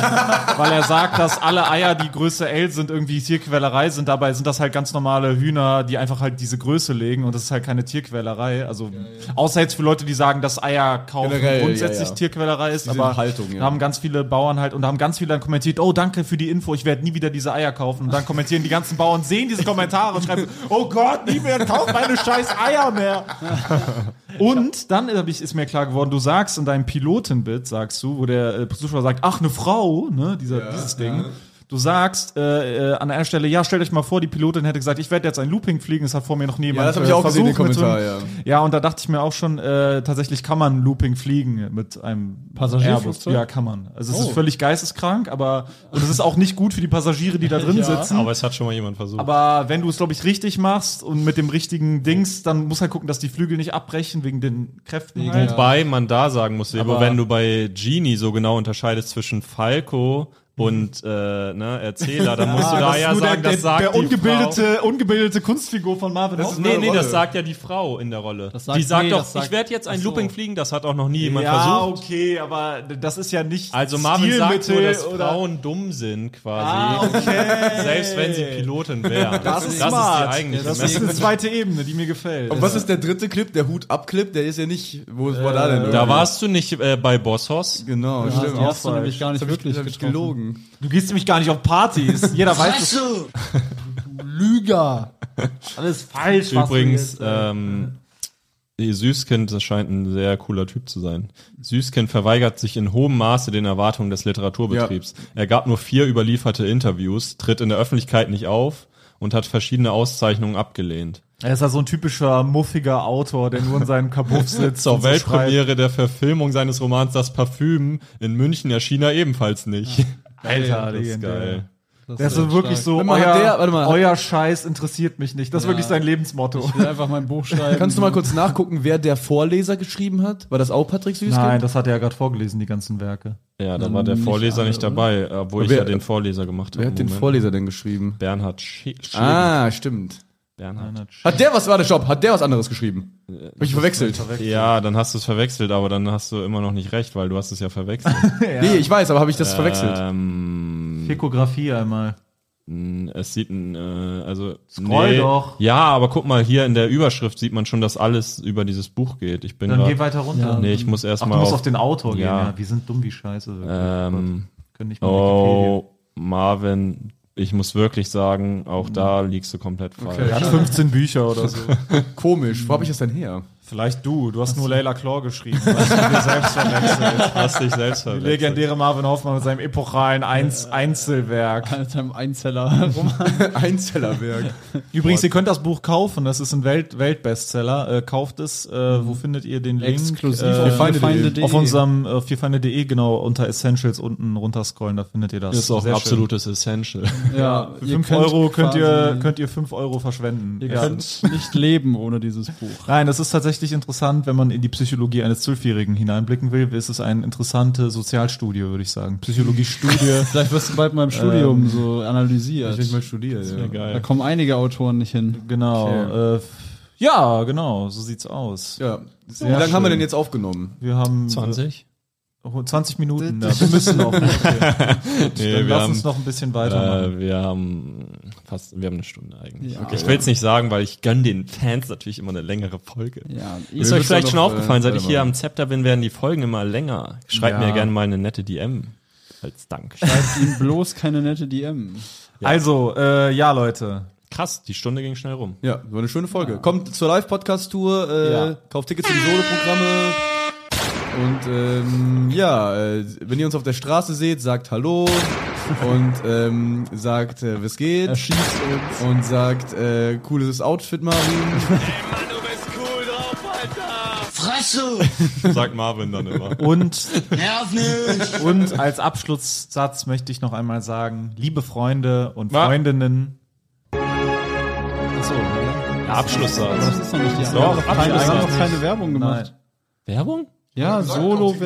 S4: weil er sagt, dass alle Eier, die Größe L sind, irgendwie Tierquälerei sind. Dabei sind das halt ganz normale Hühner, die einfach halt diese Größe legen und das ist halt keine Tierquälerei. Also außer jetzt für Leute, die sagen, dass Eier kaufen
S1: Generell,
S4: grundsätzlich
S1: ja, ja.
S4: Tierquälerei ist,
S1: Diese
S4: aber
S1: Haltung, ja.
S4: haben ganz viele Bauern halt und haben ganz viele dann kommentiert, oh danke für die Info, ich werde nie wieder diese Eier kaufen. Und dann kommentieren die ganzen Bauern, sehen diese Kommentare und schreiben, oh Gott, nie mehr, kauft meine scheiß Eier mehr. Und dann hab ich, ist mir klar geworden, du sagst in deinem Pilotenbit, sagst du, wo der äh, Zuschauer sagt, ach, eine Frau, ne, dieser, dieses Ding. Du sagst äh, äh, an einer Stelle, ja, stellt euch mal vor, die Pilotin hätte gesagt, ich werde jetzt ein Looping fliegen, das hat vor mir noch niemand.
S1: Ja, das hab ich
S4: äh,
S1: auch gesehen, den
S4: versucht mit
S1: Kommentar,
S4: so einem- Ja, und da dachte ich mir auch schon, äh, tatsächlich kann man Looping fliegen mit einem Airbus.
S2: Passagierflugzeug?
S4: Ja, kann man. Also
S1: Oh.
S4: es ist völlig geisteskrank, aber und es ist auch nicht gut für die Passagiere, die da drin sitzen.
S3: Aber es hat schon mal jemand versucht.
S4: Aber wenn du es, glaube ich, richtig machst und mit dem richtigen Dings, dann muss halt gucken, dass die Flügel nicht abbrechen wegen den Kräften. Halt.
S3: Wobei man da sagen muss, Sebo,
S4: Aber-
S3: wenn du bei Genie so genau unterscheidest zwischen Falco und äh, ne, Erzähler, dann musst du da ja sagen, das sagt
S4: der
S3: die Frau.
S4: ungebildete, ungebildete Kunstfigur von Marvin. Das
S3: Nee,
S1: eine
S3: nee, das
S1: Rolle.
S3: sagt ja die Frau in der Rolle.
S2: sagt-
S3: die sagt
S2: nee,
S3: doch,
S2: das sagt-
S3: ich werde jetzt ein
S2: Ach so.
S3: Looping fliegen, das hat auch noch nie jemand
S4: ja,
S3: versucht.
S4: okay, aber das ist ja nicht
S3: Also Marvin sagt nur,
S4: Stilmittel
S3: dass
S4: oder- Ah,
S3: Frauen dumm sind quasi,
S4: okay.
S3: selbst wenn sie Pilotin wären.
S4: Das ist
S3: das
S4: smart.
S3: ist die eigentliche
S4: Das ist eine zweite Ebene, die mir gefällt.
S1: Und was ist der dritte Clip? Der Hut-Up-Clip? Der ist ja nicht, wo war da denn?
S3: Da warst du nicht äh, bei Bosshaus.
S1: Genau,
S2: Ja,
S1: stimmt.
S2: die hast du
S4: falsch.
S2: nämlich gar nicht wirklich
S1: hab ich
S2: getroffen.
S1: gelogen.
S4: Du gehst nämlich gar nicht auf Partys. Jeder weiß, das
S7: Fresse!
S2: Lüger.
S4: ist alles falsch. was du
S3: Übrigens,
S4: jetzt-
S3: ähm, die Süßkind das scheint ein sehr cooler Typ zu sein. Süßkind verweigert sich in hohem Maße den Erwartungen des Literaturbetriebs. Er gab nur vier überlieferte Interviews, tritt in der Öffentlichkeit nicht auf und hat verschiedene Auszeichnungen abgelehnt.
S4: er ist ja so ein typischer muffiger Autor, der nur in seinem Kabuff sitzt.
S3: Zur
S4: und so schreibt.
S3: Weltpremiere der Verfilmung seines Romans Das Parfüm in München erschien er ebenfalls nicht.
S8: Alter,
S3: Das ist geil.
S8: Das ist wirklich so,
S1: Wenn man-
S8: euer,
S1: der- warte mal, hat-
S8: euer Scheiß interessiert mich nicht. Das ist wirklich sein Lebensmotto.
S2: Ich will einfach mein Buch schreiben.
S1: Kannst du mal kurz nachgucken, wer der Vorleser geschrieben hat? War das auch Patrick Süßkind?
S8: Nein, das hat er ja gerade vorgelesen, die ganzen Werke.
S3: Ja, da war der Vorleser nicht dabei, obwohl ich
S1: Wer-
S3: ja den Vorleser gemacht habe.
S1: Wer hat den
S3: Moment.
S1: Vorleser denn geschrieben?
S3: Bernhard Schie Schlegel.
S1: Ah, stimmt.
S3: Bernhard.
S1: Hat der was, war der Job? Hat der was anderes geschrieben? Hab ich verwechselt.
S3: Ja, dann hast du es verwechselt, aber dann hast du immer noch nicht recht, weil du hast es ja verwechselt.
S1: Nee, ich weiß, aber habe ich das verwechselt?
S8: Hm.
S3: ähm,
S8: Pikografie einmal.
S3: es sieht ein, äh, also.
S8: Scroll doch.
S3: Ja, aber guck mal, hier in der Überschrift sieht man schon, dass alles über dieses Buch geht. Ich bin
S8: Dann
S3: grad-
S8: geh weiter runter.
S3: Nee, ich muss
S8: Ach,
S3: erstmal.
S8: du musst auf den Autor gehen.
S3: Ja.
S8: Ja. Wir sind dumm wie Scheiße.
S3: Ähm,
S8: Können nicht mal
S3: Oh, Marvin, ich muss wirklich sagen, auch da liegst du komplett falsch.
S8: Wikipedia. Er hat 15 Bücher oder so.
S1: Komisch, wo habe ich das denn her?
S8: Vielleicht du. Du hast nur Layla Claw geschrieben. Hast du dir selbst verwechselt.
S3: Hast dich selbst
S8: Die
S3: verwechselt.
S8: legendäre Marvin Hoffmann mit seinem epochalen Einz Einzelwerk.
S2: mit einem Einzeller rum?
S1: Einzellerwerk.
S8: Übrigens, ihr könnt das Buch kaufen. Das ist ein Welt Weltbestseller. Äh, kauft es. Äh, wo findet ihr den Link?
S2: Exklusiv
S8: äh,
S2: auf
S1: Feinde.de.
S8: auf unserem äh, vierfeinde.de, genau, unter Essentials unten runterscrollen, da findet ihr das.
S3: Das ist auch
S8: Sehr schön.
S3: absolutes Essential.
S2: Ja,
S8: Für 5 Euro könnt ihr, könnt ihr 5 Euro verschwenden.
S2: ihr
S8: Ja.
S2: könnt nicht leben ohne dieses Buch.
S8: Nein, das ist tatsächlich interessant, wenn man in die Psychologie eines Zwölfjährigen hineinblicken will. Ist es eine interessante Sozialstudie, würde ich sagen. Psychologiestudie.
S2: Vielleicht wirst du bald mal im Studium so analysiert.
S1: Ich mal studiert, ja.
S2: Da kommen einige Autoren nicht hin.
S8: genau.
S1: Okay.
S8: Äh, f- ja, genau, so sieht's aus.
S1: ja. Wie lange haben wir denn jetzt aufgenommen?
S8: Wir haben
S3: 20?
S8: äh, 20 Minuten. Ja, wir müssen noch. Okay.
S3: Nee,
S8: Dann
S3: wir
S8: lass
S3: haben,
S8: uns noch ein bisschen weitermachen.
S3: äh, wir haben fast, wir haben eine Stunde eigentlich. ich will es nicht sagen, weil ich gönne den Fans natürlich immer eine längere Folge.
S2: Ja,
S3: Ist
S1: Wir
S3: euch
S1: müssen
S3: vielleicht
S1: noch,
S3: schon
S1: äh,
S3: aufgefallen, seit ich
S1: weitermachen.
S3: hier am Zepter bin, werden die Folgen immer länger. Schreibt
S8: Ja.
S3: mir gerne mal eine nette DM. Als Dank.
S2: schreibt ihm bloß keine nette DM.
S8: Also, äh, ja, Leute.
S3: Krass, die Stunde ging schnell rum.
S1: Ja, war eine schöne Folge. Kommt zur Live-Podcast-Tour, äh,
S8: Ja.
S1: kauft Tickets für die Solo-Programme. Und ähm, ja, äh, wenn ihr uns auf der Straße seht, sagt Hallo und ähm, sagt, äh, was geht. Erschießt uns. Und sagt, äh, cooles Outfit, Marvin.
S9: Mann, du bist cool drauf, Alter.
S10: Fresse!
S3: Sagt Marvin dann immer.
S8: Und
S10: Nerv nicht!
S8: Und als Abschlusssatz möchte ich noch einmal sagen, liebe Freunde und
S3: Wa-
S8: Freundinnen,
S2: Das
S3: ne? Abschlusssatz.
S2: ist noch nicht die
S3: Doch,
S2: Doch, keine,
S3: Abschluss.
S2: wir haben noch keine Werbung gemacht.
S8: Nein.
S3: Werbung?
S2: Ja, Solo.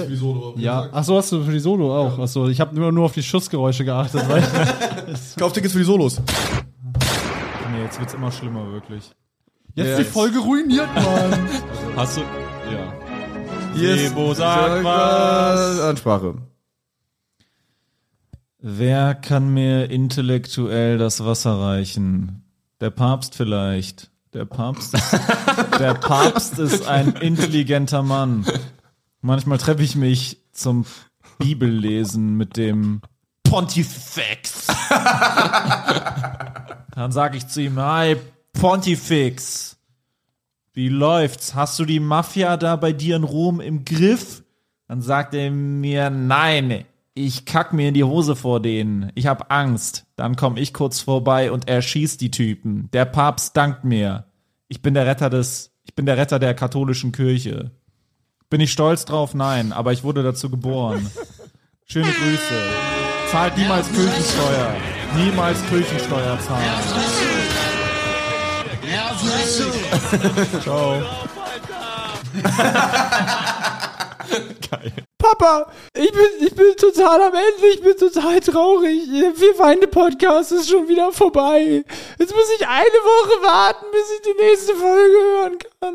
S2: Ja, ach so, hast du für die Solo auch. Ach so, ich habe nur, nur auf die Schussgeräusche geachtet. Weil
S1: Kauft Tickets für die Solos.
S8: nee, jetzt wird's immer schlimmer, wirklich.
S2: jetzt
S1: Ja,
S2: die
S1: jetzt-
S2: Folge ruiniert, Mann.
S3: Hast du. Ja.
S1: Yes.
S3: Sebo, sag was.
S1: Ansprache.
S8: Wer kann mir intellektuell das Wasser reichen? Der Papst vielleicht. Der Papst ist, der Papst ist ein intelligenter Mann. Manchmal treffe ich mich zum Bibellesen mit dem Pontifex. Dann sage ich zu ihm, hi Pontifex, wie läuft's? Hast du die Mafia da bei dir in Rom im Griff? Dann sagt er mir, nein, ich kack mir in die Hose vor denen. Ich hab Angst. Dann komm ich kurz vorbei und erschießt die Typen. Der Papst dankt mir. Ich bin der Retter des, ich bin der Retter der katholischen Kirche. Bin ich stolz drauf? Nein, aber ich wurde dazu geboren. Schöne Grüße. Zahlt niemals Kirchensteuer. Niemals Kirchensteuer zahlen.
S10: Nerv nicht!
S11: Papa, ich bin, ich bin total am Ende, ich bin total traurig. Der Vier-Feinde-Podcast ist schon wieder vorbei. Jetzt muss ich eine Woche warten, bis ich die nächste Folge hören kann.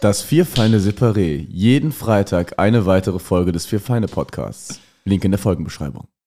S12: Das Vierfeine Separé. Jeden Freitag eine weitere Folge des Vierfeine Podcasts. Link in der Folgenbeschreibung.